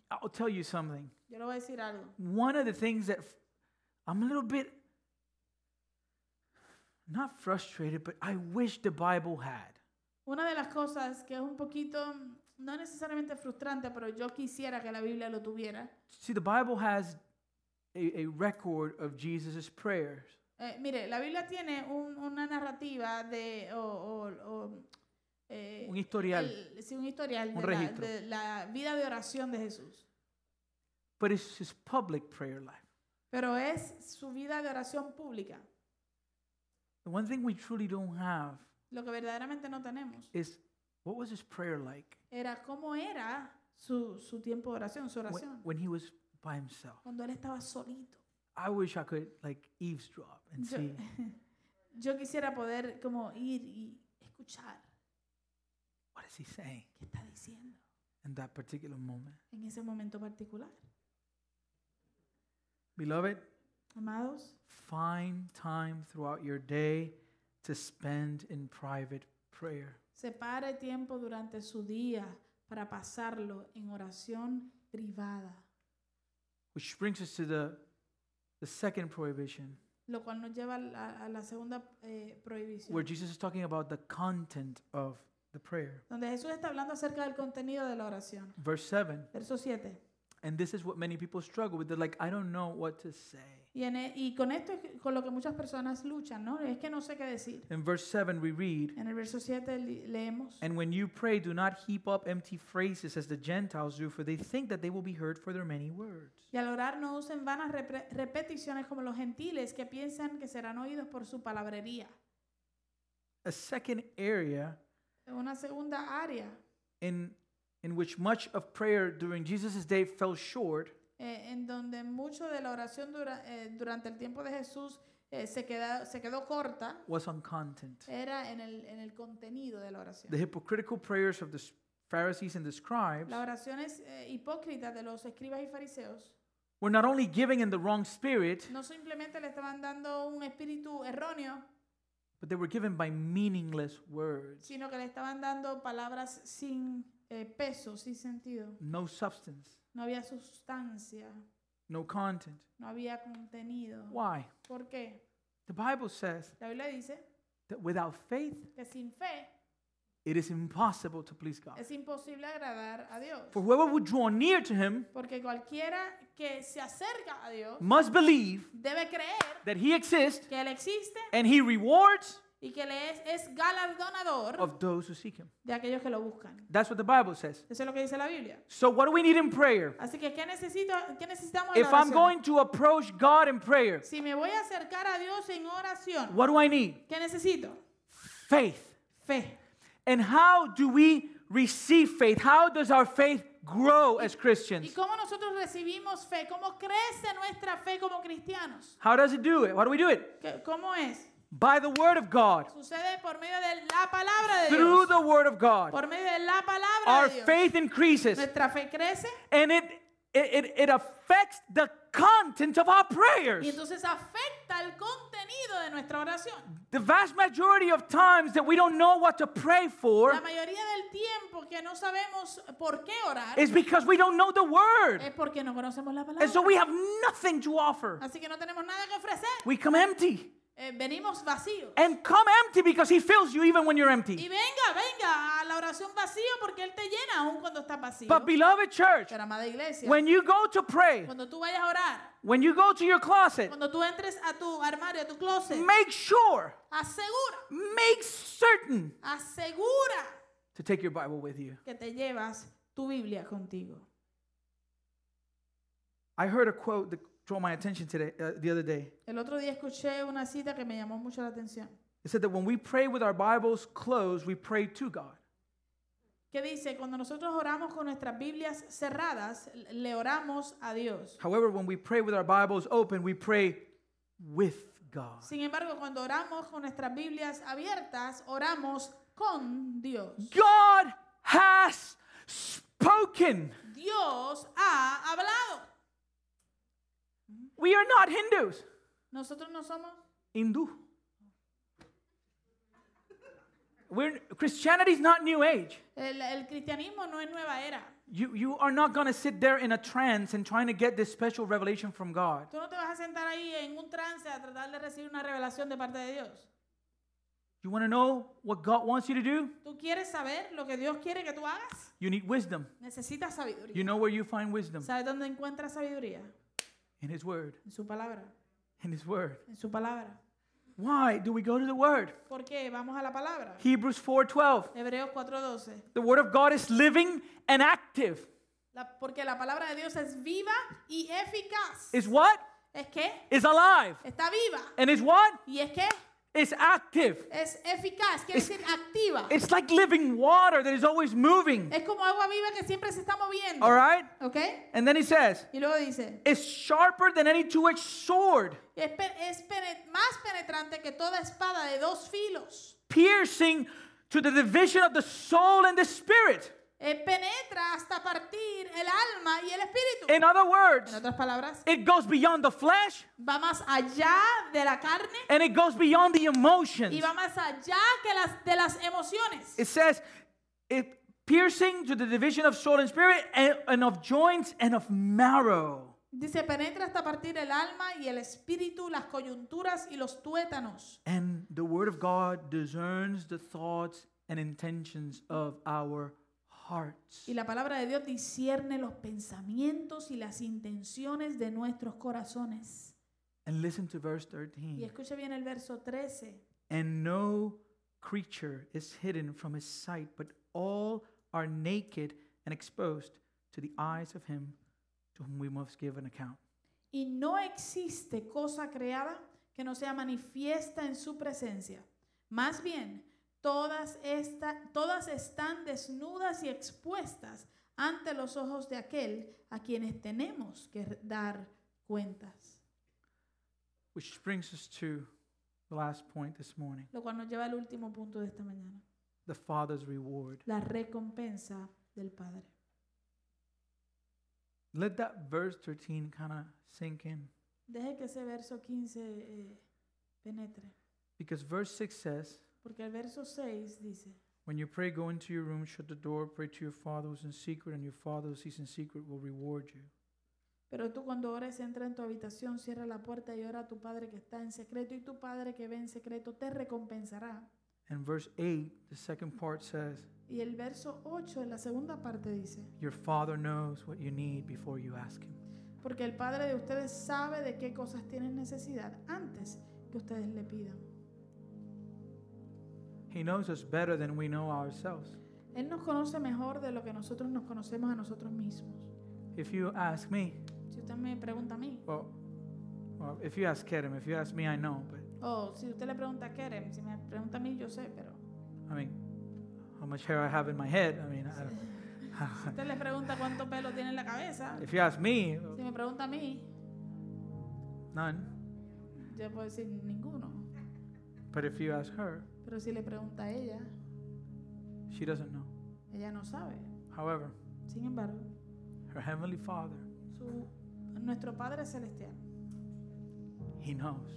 S2: I'll tell you something.
S1: Yo le voy a decir algo.
S2: one of the things that f- I'm a little bit not frustrated, but I wish the Bible had
S1: Una de las cosas que es un poquito, no necesariamente frustrante, pero yo quisiera que la Biblia lo tuviera.
S2: see the Bible has a, a record of Jesus' prayers,
S1: Eh, mire, la Biblia tiene un- una narrativa de, o, o- o, eh,
S2: un historial,
S1: el- sí, un historial
S2: Un
S1: de, la,
S2: registro.
S1: de la vida de oración de Jesús.
S2: but it's his public prayer life.
S1: Pero es su vida de oración pública.
S2: The one thing we truly don't have
S1: Lo que verdaderamente no tenemos
S2: is what was his prayer like
S1: era cómo era su, su tiempo de oración, su
S2: when,
S1: oración,
S2: when he was by himself.
S1: cuando él estaba solito.
S2: I wish I could like eavesdrop and
S1: Yo,
S2: see.
S1: yo quisiera poder como ir y escuchar
S2: What is he saying
S1: qué está diciendo
S2: in that particular moment?
S1: en ese momento particular.
S2: Beloved,
S1: Amados,
S2: Find time throughout your day to spend in private prayer.
S1: Separe tiempo durante su día para pasarlo en oración privada.
S2: Which brings us to the, the second prohibition,
S1: Lo cual nos lleva a la, a la segunda eh, prohibición.
S2: where Jesus is talking about the content of the prayer.
S1: donde Jesús está hablando acerca del contenido de la oración.
S2: Verse 7,
S1: Verso 7.
S2: and this is what many people struggle with. They're like, I don't know what to say.
S1: Y, en e- y con esto es que- con lo que muchas personas luchan, ¿no? Es que no sé qué decir.
S2: In verse 7, we read,
S1: En el verso 7 li- leemos.
S2: And when you pray, do not heap up empty phrases as the Gentiles do, for they think that they will be heard for their many words.
S1: Y al orar no usen vanas repre- repeticiones como los gentiles que piensan que serán oídos por su palabrería.
S2: A second area
S1: Una segunda área
S2: in, in which much of prayer during Jesus' day fell short
S1: eh, en donde mucho de la oración dura- eh, durante el tiempo de Jesús eh, se, queda- se quedó corta
S2: was on content.
S1: era en el, en el contenido de la oración.
S2: The hypocritical prayers of the s- Pharisees and the scribes
S1: Las oraciones eh, hipócritas de los escribas y fariseos
S2: were not only giving in the wrong spirit,
S1: no simplemente le estaban dando un espíritu erróneo,
S2: but they were given by meaningless words,
S1: sino que le estaban dando palabras sin eh, peso, sin sentido.
S2: no substance,
S1: No había sustancia,
S2: no content.
S1: no había contenido.
S2: Why?
S1: ¿Por qué?
S2: The Bible says
S1: La Biblia dice
S2: that without faith,
S1: que sin fe
S2: it is impossible to please God.
S1: es imposible agradar a Dios.
S2: For whoever would draw near to him
S1: Porque cualquiera que se acerca a Dios
S2: must believe
S1: debe creer
S2: that he exists
S1: que Él existe
S2: and he rewards
S1: y que Él es, es galardonador
S2: of those who seek him.
S1: de aquellos que lo buscan.
S2: That's what the Bible says.
S1: Eso es lo que dice la Biblia.
S2: So, what do we need in prayer?
S1: Así que, ¿qué, necesito, qué necesitamos en la
S2: If I'm
S1: oración?
S2: going to approach God in prayer,
S1: Si me voy a acercar a Dios en oración,
S2: what do I need?
S1: ¿qué necesito?
S2: Faith.
S1: Fe.
S2: And how do we receive faith? How does our faith grow as
S1: ¿Y
S2: Christians?
S1: cómo nosotros recibimos fe? ¿Cómo crece nuestra fe como cristianos?
S2: How does it do it? How do we do it?
S1: ¿Qué- ¿Cómo es?
S2: By the word of God.
S1: Sucede por medio de la palabra de
S2: Through
S1: Dios.
S2: the word of God.
S1: Por medio de la palabra
S2: Our
S1: de Dios.
S2: faith increases
S1: Nuestra fe crece
S2: and it it, it, it affects the content of our prayers.
S1: y entonces afecta el contenido de nuestra oración.
S2: The vast majority of times that we don't know what to pray for
S1: La mayoría del tiempo que no sabemos por qué orar
S2: is because we don't know the word.
S1: es porque no conocemos la palabra.
S2: And so we have nothing to offer.
S1: Así que no tenemos nada que ofrecer.
S2: We Eh. come empty.
S1: Eh, venimos vacíos.
S2: And come empty because he fills you even when you're
S1: Y
S2: empty.
S1: venga, venga a la oración vacío porque Él te llena aún cuando estás vacío.
S2: But beloved church,
S1: Pero amada iglesia,
S2: when you go to pray,
S1: cuando tú vayas a orar,
S2: when you go to your closet,
S1: cuando tú entres a tu armario, a tu closet,
S2: make sure,
S1: asegura,
S2: make certain
S1: asegura
S2: to take your Bible with you.
S1: que te llevas tu Biblia contigo.
S2: I heard a quote that drew my attention today uh, the other day.
S1: El otro día escuché una cita que me llamó mucho la atención,
S2: It said that when we pray with our Bibles closed, we pray to God.
S1: que dice, cuando nosotros oramos con nuestras Biblias cerradas, le oramos a Dios.
S2: However, when we pray with our Bibles open, we pray with God.
S1: Sin embargo, cuando oramos con nuestras Biblias abiertas, oramos con Dios.
S2: God has spoken.
S1: Dios ha hablado.
S2: We are not Hindus.
S1: Nosotros no somos.
S2: Hindu. We're, Christianity is not New Age.
S1: El, el cristianismo no es nueva era.
S2: You, you are not going to sit there in a trance and trying to get this special revelation from God.
S1: Tú no te vas a sentar ahí en un trance a tratar de recibir una revelación de parte de Dios.
S2: You want to know what God wants you to do?
S1: Tú quieres saber lo que Dios quiere que tú hagas.
S2: You need wisdom.
S1: Necesitas sabiduría.
S2: You know where you find wisdom?
S1: ¿Sabes dónde encuentras sabiduría?
S2: In His Word.
S1: En su palabra.
S2: In His Word.
S1: En su palabra.
S2: Why do we go to the Word?
S1: Porque vamos a la palabra.
S2: Hebrews 4:12.
S1: Hebreos 4:12.
S2: The Word of God is living and active.
S1: La- porque la palabra de Dios es viva y eficaz.
S2: Is what?
S1: ¿Es que?
S2: Is alive.
S1: Está viva.
S2: And is what?
S1: ¿Y es que?
S2: Is active.
S1: Es eficaz. Quiere
S2: Es-
S1: decir activa.
S2: It's like living water that is always moving.
S1: Es como agua viva que siempre se está moviendo.
S2: All right?
S1: ¿Ok?
S2: And then he says,
S1: Y luego dice,
S2: "It's sharper than any two-edged sword,
S1: es, pe- es pene- más penetrante que toda espada de dos filos.
S2: piercing to the division of the soul and the spirit,
S1: Eh, eh, penetra hasta partir el alma y el espíritu.
S2: In other words,
S1: En otras palabras,
S2: it goes beyond the flesh
S1: va más allá de la carne
S2: and it goes beyond the
S1: y
S2: emotions.
S1: va más allá que las, de las emociones.
S2: It says, it piercing to the division of soul and spirit and, and of joints and of marrow.
S1: Dice, penetra hasta partir el alma y el espíritu, las coyunturas y los tuétanos.
S2: And the word of God discerns the thoughts and intentions of our hearts.
S1: Y la palabra de Dios discierne los pensamientos y las intenciones de nuestros corazones.
S2: And listen to verse
S1: Y
S2: 13.
S1: escuche bien el verso 13.
S2: And no creature is hidden from his sight, but all are naked and exposed to the eyes of him to whom we must give an account.
S1: Y no existe cosa creada que no sea manifiesta en su presencia. Más bien, todas, esta- todas están desnudas y expuestas ante los ojos de aquel a quienes tenemos que r- dar cuentas.
S2: Which brings us to the last point this morning
S1: Lo cual nos lleva al último punto de esta mañana,
S2: the Father's reward.
S1: la recompensa del Padre.
S2: Let that verse 13 kind of sink in
S1: Deje que ese verso 15 eh, penetre,
S2: because verse 6 says,
S1: porque el verso 6 dice,
S2: When you pray, go into your room, shut the door, pray to your Father who's in secret, and your Father who sees in secret will reward you.
S1: Pero tú cuando ores, entra en tu habitación, cierra la puerta y ora a tu Padre que está en secreto y tu Padre que ve en secreto te recompensará.
S2: And verse 8, the second part says,
S1: Y el verso 8 en la segunda parte dice,
S2: Your Father knows what you need before you ask Him.
S1: porque el Padre de ustedes sabe de qué cosas tienen necesidad antes que ustedes le pidan.
S2: He knows us better than we know ourselves.
S1: Él nos conoce mejor de lo que nosotros nos conocemos a nosotros mismos.
S2: If you ask me,
S1: Si usted me pregunta a mí,
S2: well, well if you ask Kerem, if you ask me, I know, but
S1: o si usted le pregunta a Kerem, si me pregunta a mí, yo sé, pero
S2: I mean, how much hair I have in my head, I mean, I don't,
S1: si usted le pregunta cuánto pelo tiene en la cabeza,
S2: if you ask me,
S1: si me pregunta a mí,
S2: none.
S1: yo puedo decir ninguno.
S2: But if you ask her,
S1: Pero si le pregunta a ella,
S2: she doesn't know.
S1: ella no sabe.
S2: However,
S1: Sin embargo,
S2: her Heavenly Father,
S1: su, nuestro Padre Celestial,
S2: He knows.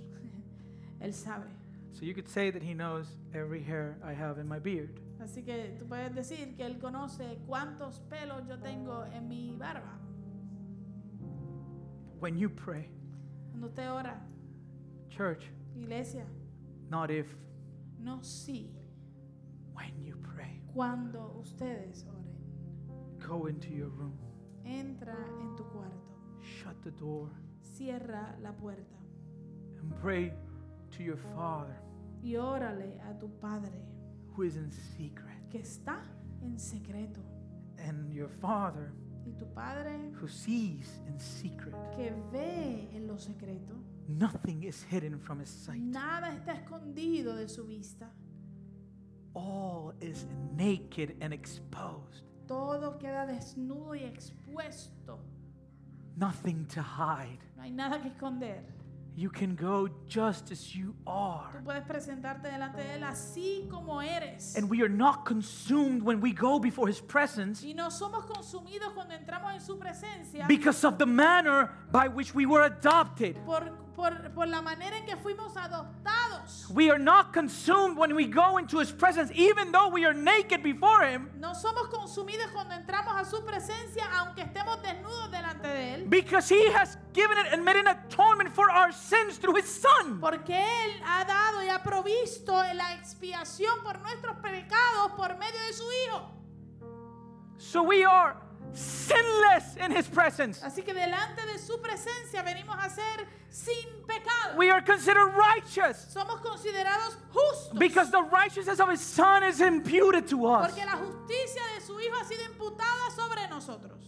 S1: Él sabe.
S2: So you could say that He knows every hair I have in my beard.
S1: Así que tú puedes decir que Él conoce cuántos pelos yo tengo en mi barba.
S2: When you pray,
S1: Cuando usted ora,
S2: church,
S1: iglesia,
S2: not if,
S1: no sí.
S2: when you pray,
S1: Cuando ustedes oren,
S2: go into your room,
S1: entra en tu cuarto,
S2: shut the door,
S1: cierra la puerta
S2: and pray to your Father
S1: y órale a tu Padre
S2: who is in secret.
S1: que está en secreto.
S2: And your Father
S1: Y tu Padre
S2: who sees in secret.
S1: que ve en lo secreto,
S2: Nothing is hidden from His sight,
S1: nada está escondido de su vista.
S2: all is naked and exposed.
S1: Todo queda desnudo y expuesto.
S2: Nothing to hide.
S1: No hay nada que esconder.
S2: You can go just as you
S1: Tú
S2: are.
S1: puedes presentarte delante de Él así como eres.
S2: And we are not consumed when we go before His presence
S1: Y no somos consumidos cuando entramos en su presencia
S2: because of the manner by which we were adopted.
S1: por, por, por la manera en que fuimos adoptados.
S2: We are not consumed when we go into His presence, even though we are naked before Him,
S1: No somos consumidos cuando entramos a su presencia aunque estemos desnudos delante de Él.
S2: because He has given it and made an atonement for our sins through His Son.
S1: Porque Él ha dado y ha provisto la expiación por nuestros pecados por medio de su Hijo.
S2: So we are sinless in His presence.
S1: Así que delante de su presencia venimos a ser sin pecado.
S2: We are considered righteous
S1: Somos considerados justos.
S2: because the righteousness of His Son is imputed to us.
S1: porque la justicia de su Hijo ha sido imputada sobre nosotros.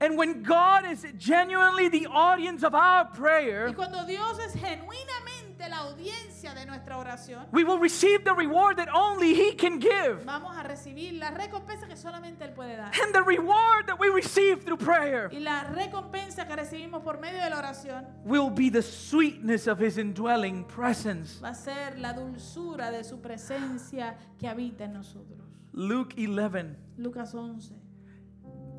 S2: And when God is genuinely the audience of our
S1: Y
S2: prayer,
S1: cuando Dios es genuinamente la audiencia de nuestra oración,
S2: we will receive the reward that only He can give.
S1: vamos a recibir la recompensa que solamente Él puede dar.
S2: And the reward that we receive through prayer
S1: Y la recompensa que recibimos por medio de la oración
S2: will be the sweetness of His indwelling presence.
S1: va a ser la dulzura de su presencia que habita en nosotros.
S2: Luke 11.
S1: Lucas 11.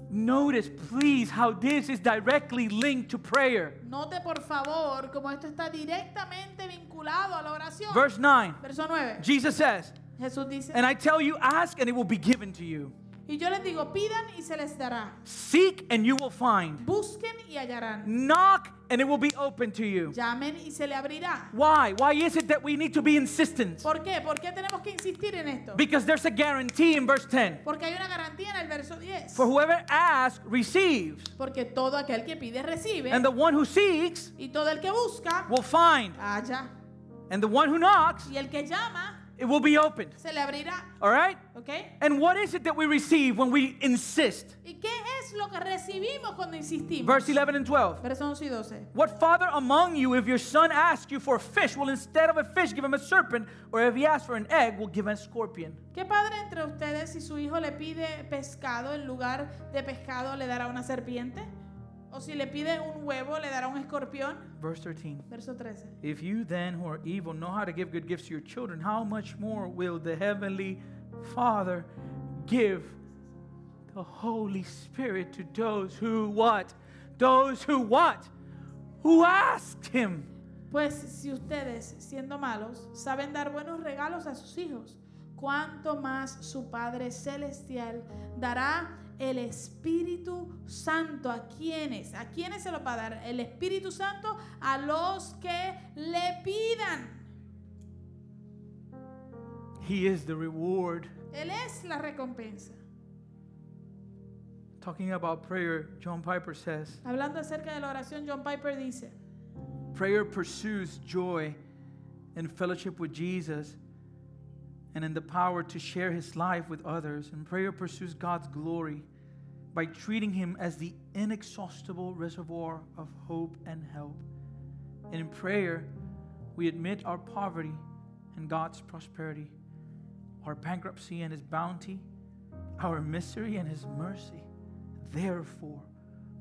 S2: Notice, please, how this is directly linked to prayer.
S1: Note por favor como esto está directamente vinculado a la oración.
S2: Verse 9,
S1: Verso 9.
S2: Jesus says,
S1: Jesús dice,
S2: And I tell you, ask and it will be given to you.
S1: y yo les digo, pidan y se les dará.
S2: Seek and you will find.
S1: Busquen y hallarán.
S2: Knock and it will be open to you.
S1: Llamen y se le abrirá.
S2: Why? Why is it that we need to be insistent?
S1: ¿Por qué? ¿Por qué tenemos que insistir en esto?
S2: Because there's a guarantee in verse 10.
S1: Porque hay una garantía en el verso 10.
S2: For whoever asks receives,
S1: Porque todo aquel que pide recibe.
S2: and the one who seeks
S1: Y todo el que busca,
S2: will find,
S1: halla.
S2: and the one who knocks,
S1: Y el que llama,
S2: it will be opened.
S1: se le abrirá.
S2: All right?
S1: ¿Ok?
S2: And what is it that we receive when we insist?
S1: ¿Y qué es lo que recibimos cuando insistimos?
S2: Verse 11 and 12.
S1: Verso 11 y 12.
S2: What father among you, if your son asks you for a fish, will instead of a fish give him a serpent, or if he asks for an egg, will give him a scorpion?
S1: ¿Qué padre entre ustedes si su hijo le pide pescado en lugar de pescado le dará una serpiente? ¿O si le pide un huevo le dará un escorpión?
S2: Verse 13.
S1: Verso 13.
S2: If you then, who are evil, know how to give good gifts to your children, how much more will the Heavenly Father give the Holy Spirit to those who what? Those who what? Who asked Him.
S1: Pues si ustedes, siendo malos, saben dar buenos regalos a sus hijos, cuánto más su Padre Celestial dará el Espíritu Santo a quienes, a quienes se lo va a dar el Espíritu Santo a los que le pidan.
S2: He is the reward.
S1: Él es la recompensa.
S2: Talking about prayer, John Piper says
S1: Hablando acerca de la oración, John Piper dice,
S2: prayer pursues joy in fellowship with Jesus and in the power to share his life with others. And prayer pursues God's glory by treating him as the inexhaustible reservoir of hope and help. And in prayer, we admit our poverty and God's prosperity, our bankruptcy and his bounty, our misery and his mercy. Therefore,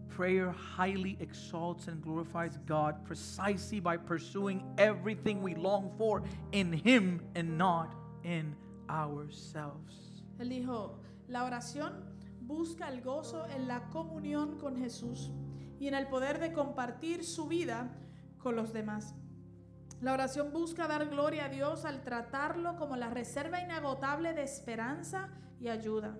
S2: prayer highly exalts and glorifies God precisely by pursuing everything we long for in him and not in ourselves.
S1: él dijo, la oración busca el gozo en la comunión con Jesús y en el poder de compartir su vida con los demás. La oración busca dar gloria a Dios al tratarlo como la reserva inagotable de esperanza y ayuda.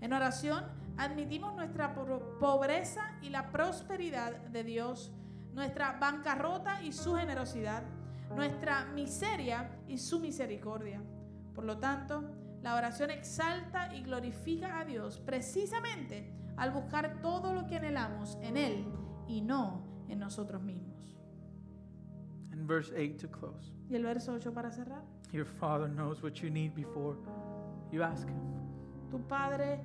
S1: En oración admitimos nuestra pro- pobreza y la prosperidad de Dios, nuestra bancarrota y su generosidad, nuestra miseria y su misericordia. Por lo tanto, la oración exalta y glorifica a Dios precisamente al buscar todo lo que anhelamos en Él y no en nosotros mismos.
S2: And verse 8 to close.
S1: Y el verso 8 para cerrar.
S2: Your Father knows what you need before you ask Him.
S1: Tu Padre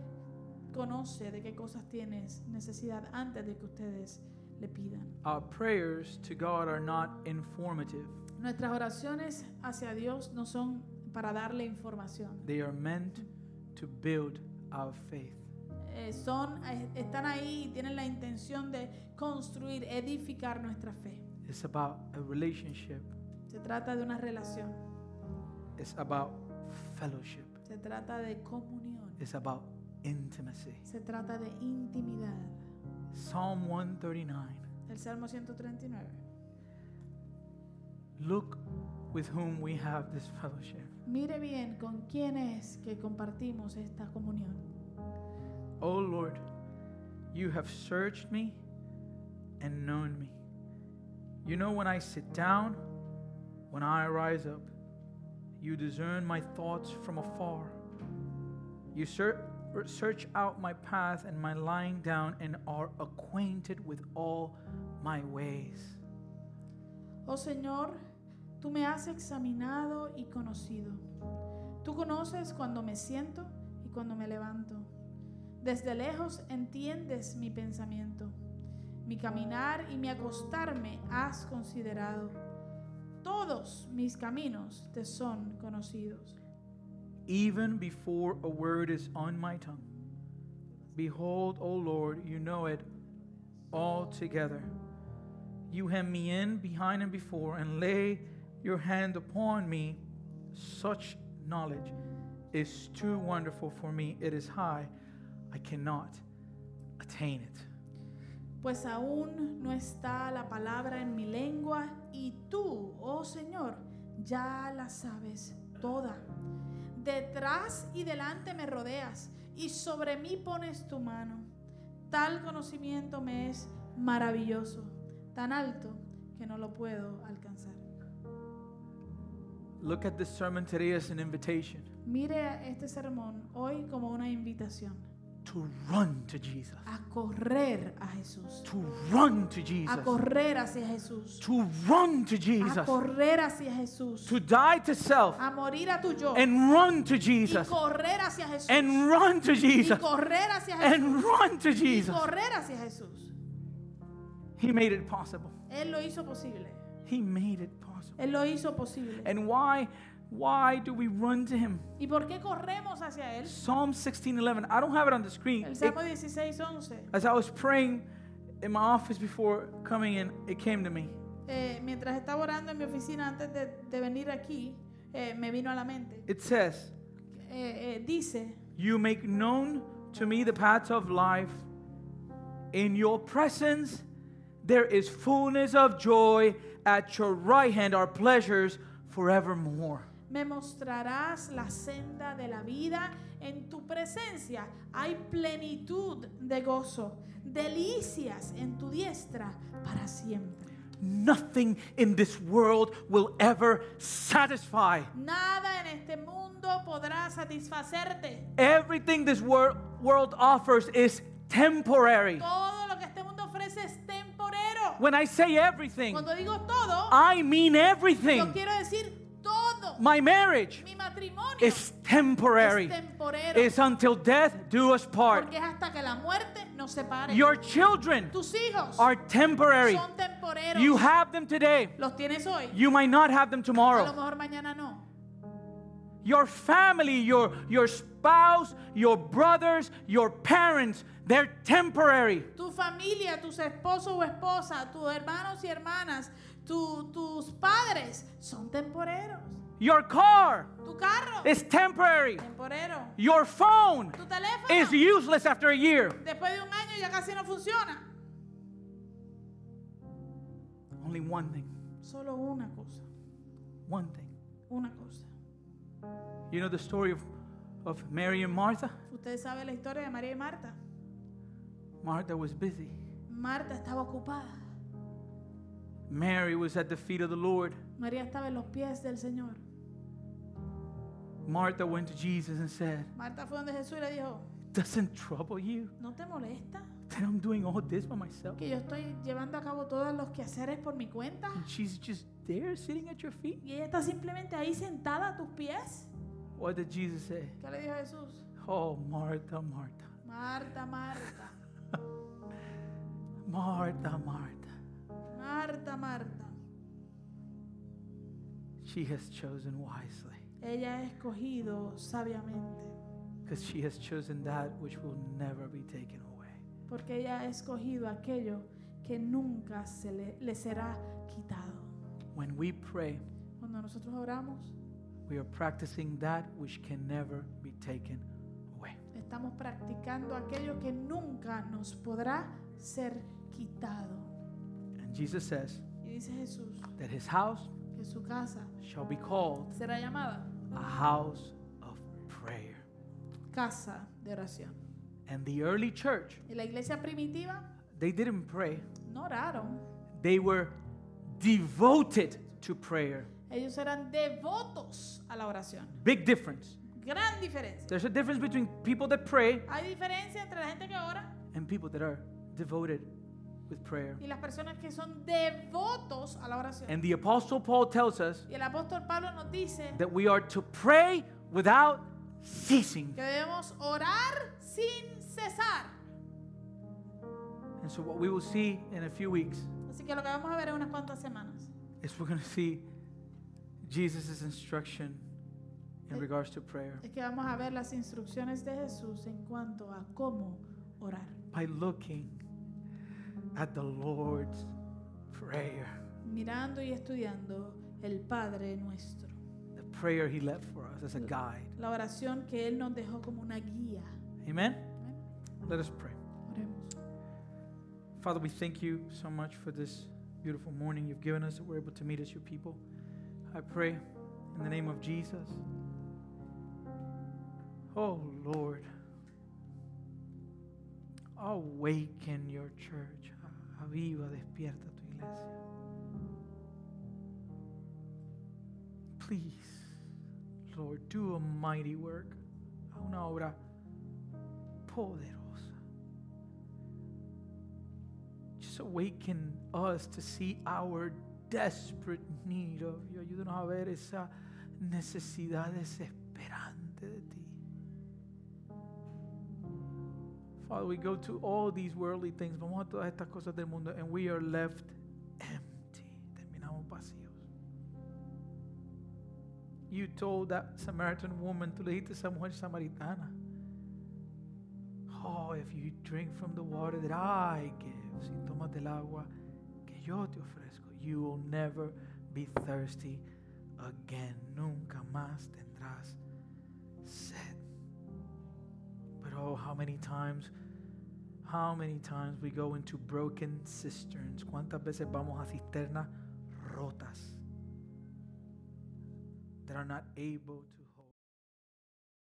S1: conoce de qué cosas tienes necesidad antes de que ustedes le pidan.
S2: Our prayers to God are not informative,
S1: Nuestras oraciones hacia Dios no son para darle información.
S2: they are meant to build our faith.
S1: Eh, son, eh, están ahí y tienen la intención de construir, edificar nuestra fe.
S2: It's about a relationship,
S1: Se trata de una relación,
S2: it's about fellowship,
S1: se trata de comunión,
S2: it's about intimacy.
S1: se trata de intimidad.
S2: Psalm 139.
S1: El Salmo 139.
S2: Look with whom we have this fellowship.
S1: Mire bien con quién es que compartimos esta comunión.
S2: O Lord, you have searched me and known me. You know when I sit down, when I rise up. You discern my thoughts from afar. You ser- search out my path and my lying down and are acquainted with all my ways.
S1: Oh Señor, tú me has examinado y conocido. Tú conoces cuando me siento y cuando me levanto. Desde lejos entiendes mi pensamiento. Mi caminar y mi acostarme has considerado. Todos mis caminos te son conocidos.
S2: even before a word is on my tongue. Behold, O Lord, you know it altogether. You hem me in behind and before, and lay your hand upon me. Such knowledge is too wonderful for me. It is high. I cannot attain it.
S1: Pues aún no está la palabra en mi lengua y tú, oh Señor, ya la sabes toda. Detrás y delante me rodeas y sobre mí pones tu mano. Tal conocimiento me es maravilloso, tan alto que no lo puedo alcanzar.
S2: Look at this sermon today as an invitation
S1: Mire este sermón hoy como una invitación
S2: to run to Jesus,
S1: a correr a Jesús,
S2: to run to
S1: a
S2: Jesus,
S1: correr hacia Jesús,
S2: to run to
S1: a
S2: Jesus,
S1: correr hacia Jesús,
S2: to die to self
S1: a morir a tu yo
S2: and run to
S1: y
S2: Jesus,
S1: correr hacia Jesús,
S2: and run to
S1: y
S2: Jesus,
S1: correr hacia Jesús,
S2: and run to
S1: y
S2: Jesus.
S1: correr hacia Jesús.
S2: He made it possible.
S1: Él lo hizo posible.
S2: He made it possible.
S1: Él lo hizo posible.
S2: And why why do we run to him?
S1: ¿Y por qué corremos hacia Él?
S2: Psalm 16:11. I don't have it on the screen.
S1: El
S2: It-
S1: Salmo 16, 11.
S2: as I was praying in my office before coming in, it came to me.
S1: Eh, mientras estaba orando en mi oficina antes de, de venir aquí, eh, me vino a la mente.
S2: It says,
S1: Eh, eh, dice,
S2: "You make known to me the paths of life. In your presence there is fullness of joy. At your right hand are pleasures forevermore."
S1: me mostrarás la senda de la vida. En tu presencia hay plenitud de gozo, delicias en tu diestra para siempre.
S2: Nothing in this world will ever satisfy.
S1: Nada en este mundo podrá satisfacerte.
S2: Everything this wor- world offers is temporary.
S1: Todo lo que este mundo ofrece es temporero.
S2: When I say everything,
S1: Cuando digo todo,
S2: I mean
S1: yo
S2: everything.
S1: quiero decir todo.
S2: My marriage
S1: Mi matrimonio
S2: is temporary.
S1: es temporero.
S2: It's until death do us part.
S1: porque es hasta que la muerte nos separe.
S2: Your children
S1: Tus hijos
S2: are temporary.
S1: son temporeros.
S2: You have them today.
S1: Los tienes hoy.
S2: You might not have them
S1: A lo
S2: tomorrow.
S1: mejor mañana no.
S2: Your family, your your spouse, your brothers, your parents, they're temporary.
S1: Tu familia, tus esposos o esposas, tus hermanos y hermanas, tu- tus padres son temporeros.
S2: Your car
S1: Tu carro
S2: is temporary.
S1: temporero.
S2: Your phone
S1: Tu teléfono
S2: is useless after a year.
S1: después de un año ya casi no funciona.
S2: Only one thing.
S1: Solo una cosa,
S2: One thing.
S1: una cosa.
S2: You know the story of, of Mary and Martha?
S1: Usted sabe la historia de María y Marta.
S2: Martha was busy.
S1: Marta estaba ocupada.
S2: Mary was at the feet of the Lord.
S1: María estaba en los pies del Señor.
S2: Martha went to Jesus and said,
S1: Marta fue donde Jesús y le dijo,
S2: Doesn't trouble you
S1: ¿no te molesta
S2: that I'm doing all this by myself?
S1: que yo estoy llevando a cabo todos los quehaceres por mi cuenta?
S2: And she's just there sitting at your feet.
S1: Y ella está simplemente ahí sentada a tus pies.
S2: What did Jesus say?
S1: ¿Qué le dijo Jesús?
S2: Oh, Martha, Martha,
S1: Marta, Marta,
S2: Martha, Martha.
S1: Marta, Marta.
S2: She has chosen wisely
S1: Ella ha escogido sabiamente,
S2: because she has chosen that which will never be taken away.
S1: porque ella ha escogido aquello que nunca se le, le será quitado.
S2: When we pray,
S1: Cuando nosotros oramos,
S2: we are practicing that which can never be taken away.
S1: estamos practicando aquello que nunca nos podrá ser quitado.
S2: And Jesus says
S1: Y dice Jesús
S2: that his house
S1: que su casa
S2: shall be called
S1: será llamada
S2: a house of prayer.
S1: casa de oración.
S2: And the early church,
S1: Y la iglesia primitiva
S2: they didn't pray,
S1: no oraron,
S2: they were devoted to prayer.
S1: ellos eran devotos a la oración.
S2: Big difference.
S1: Gran diferencia.
S2: There's a difference between people that pray
S1: Hay diferencia entre la gente que ora
S2: and people that are devoted with prayer.
S1: y las personas que son devotos a la oración.
S2: And the Apostle Paul tells us
S1: Y el apóstol Pablo nos dice
S2: that we are to pray without ceasing.
S1: que debemos orar sin cesar.
S2: And so, what we will see in a few weeks
S1: Así que lo que vamos a ver en unas cuantas semanas
S2: is we're going to see Jesus' instruction in regards to prayer.
S1: es que vamos a ver las instrucciones de Jesús en cuanto a cómo orar.
S2: by looking at the Lord's Prayer,
S1: Mirando y estudiando el Padre nuestro,
S2: the prayer he left for us as a guide.
S1: la oración que Él nos dejó como una guía.
S2: Amen? Let us pray.
S1: Oremos.
S2: Father, we thank you so much for this beautiful morning you've given us that we're able to meet as your people. I pray in the name of Jesus. Oh Lord, awaken your church. Aviva, despierta tu iglesia. Please, Lord, do a mighty work. A una obra poderosa just awaken us to see our desperate need of you. Ayúdanos a ver esa necesidad desesperante de ti. Father, we go to all these worldly things, vamos a todas estas cosas del mundo, and we are left empty. Terminamos vacíos. You told that Samaritan woman, tú le dijiste a esa mujer samaritana, Oh, if you drink from the water that I give, si tomas del agua que yo te ofrezco, you will never be thirsty again. Nunca más tendrás sed. But oh, how many times, how many times we go into broken cisterns. Cuántas veces vamos a cisternas rotas that are not able to.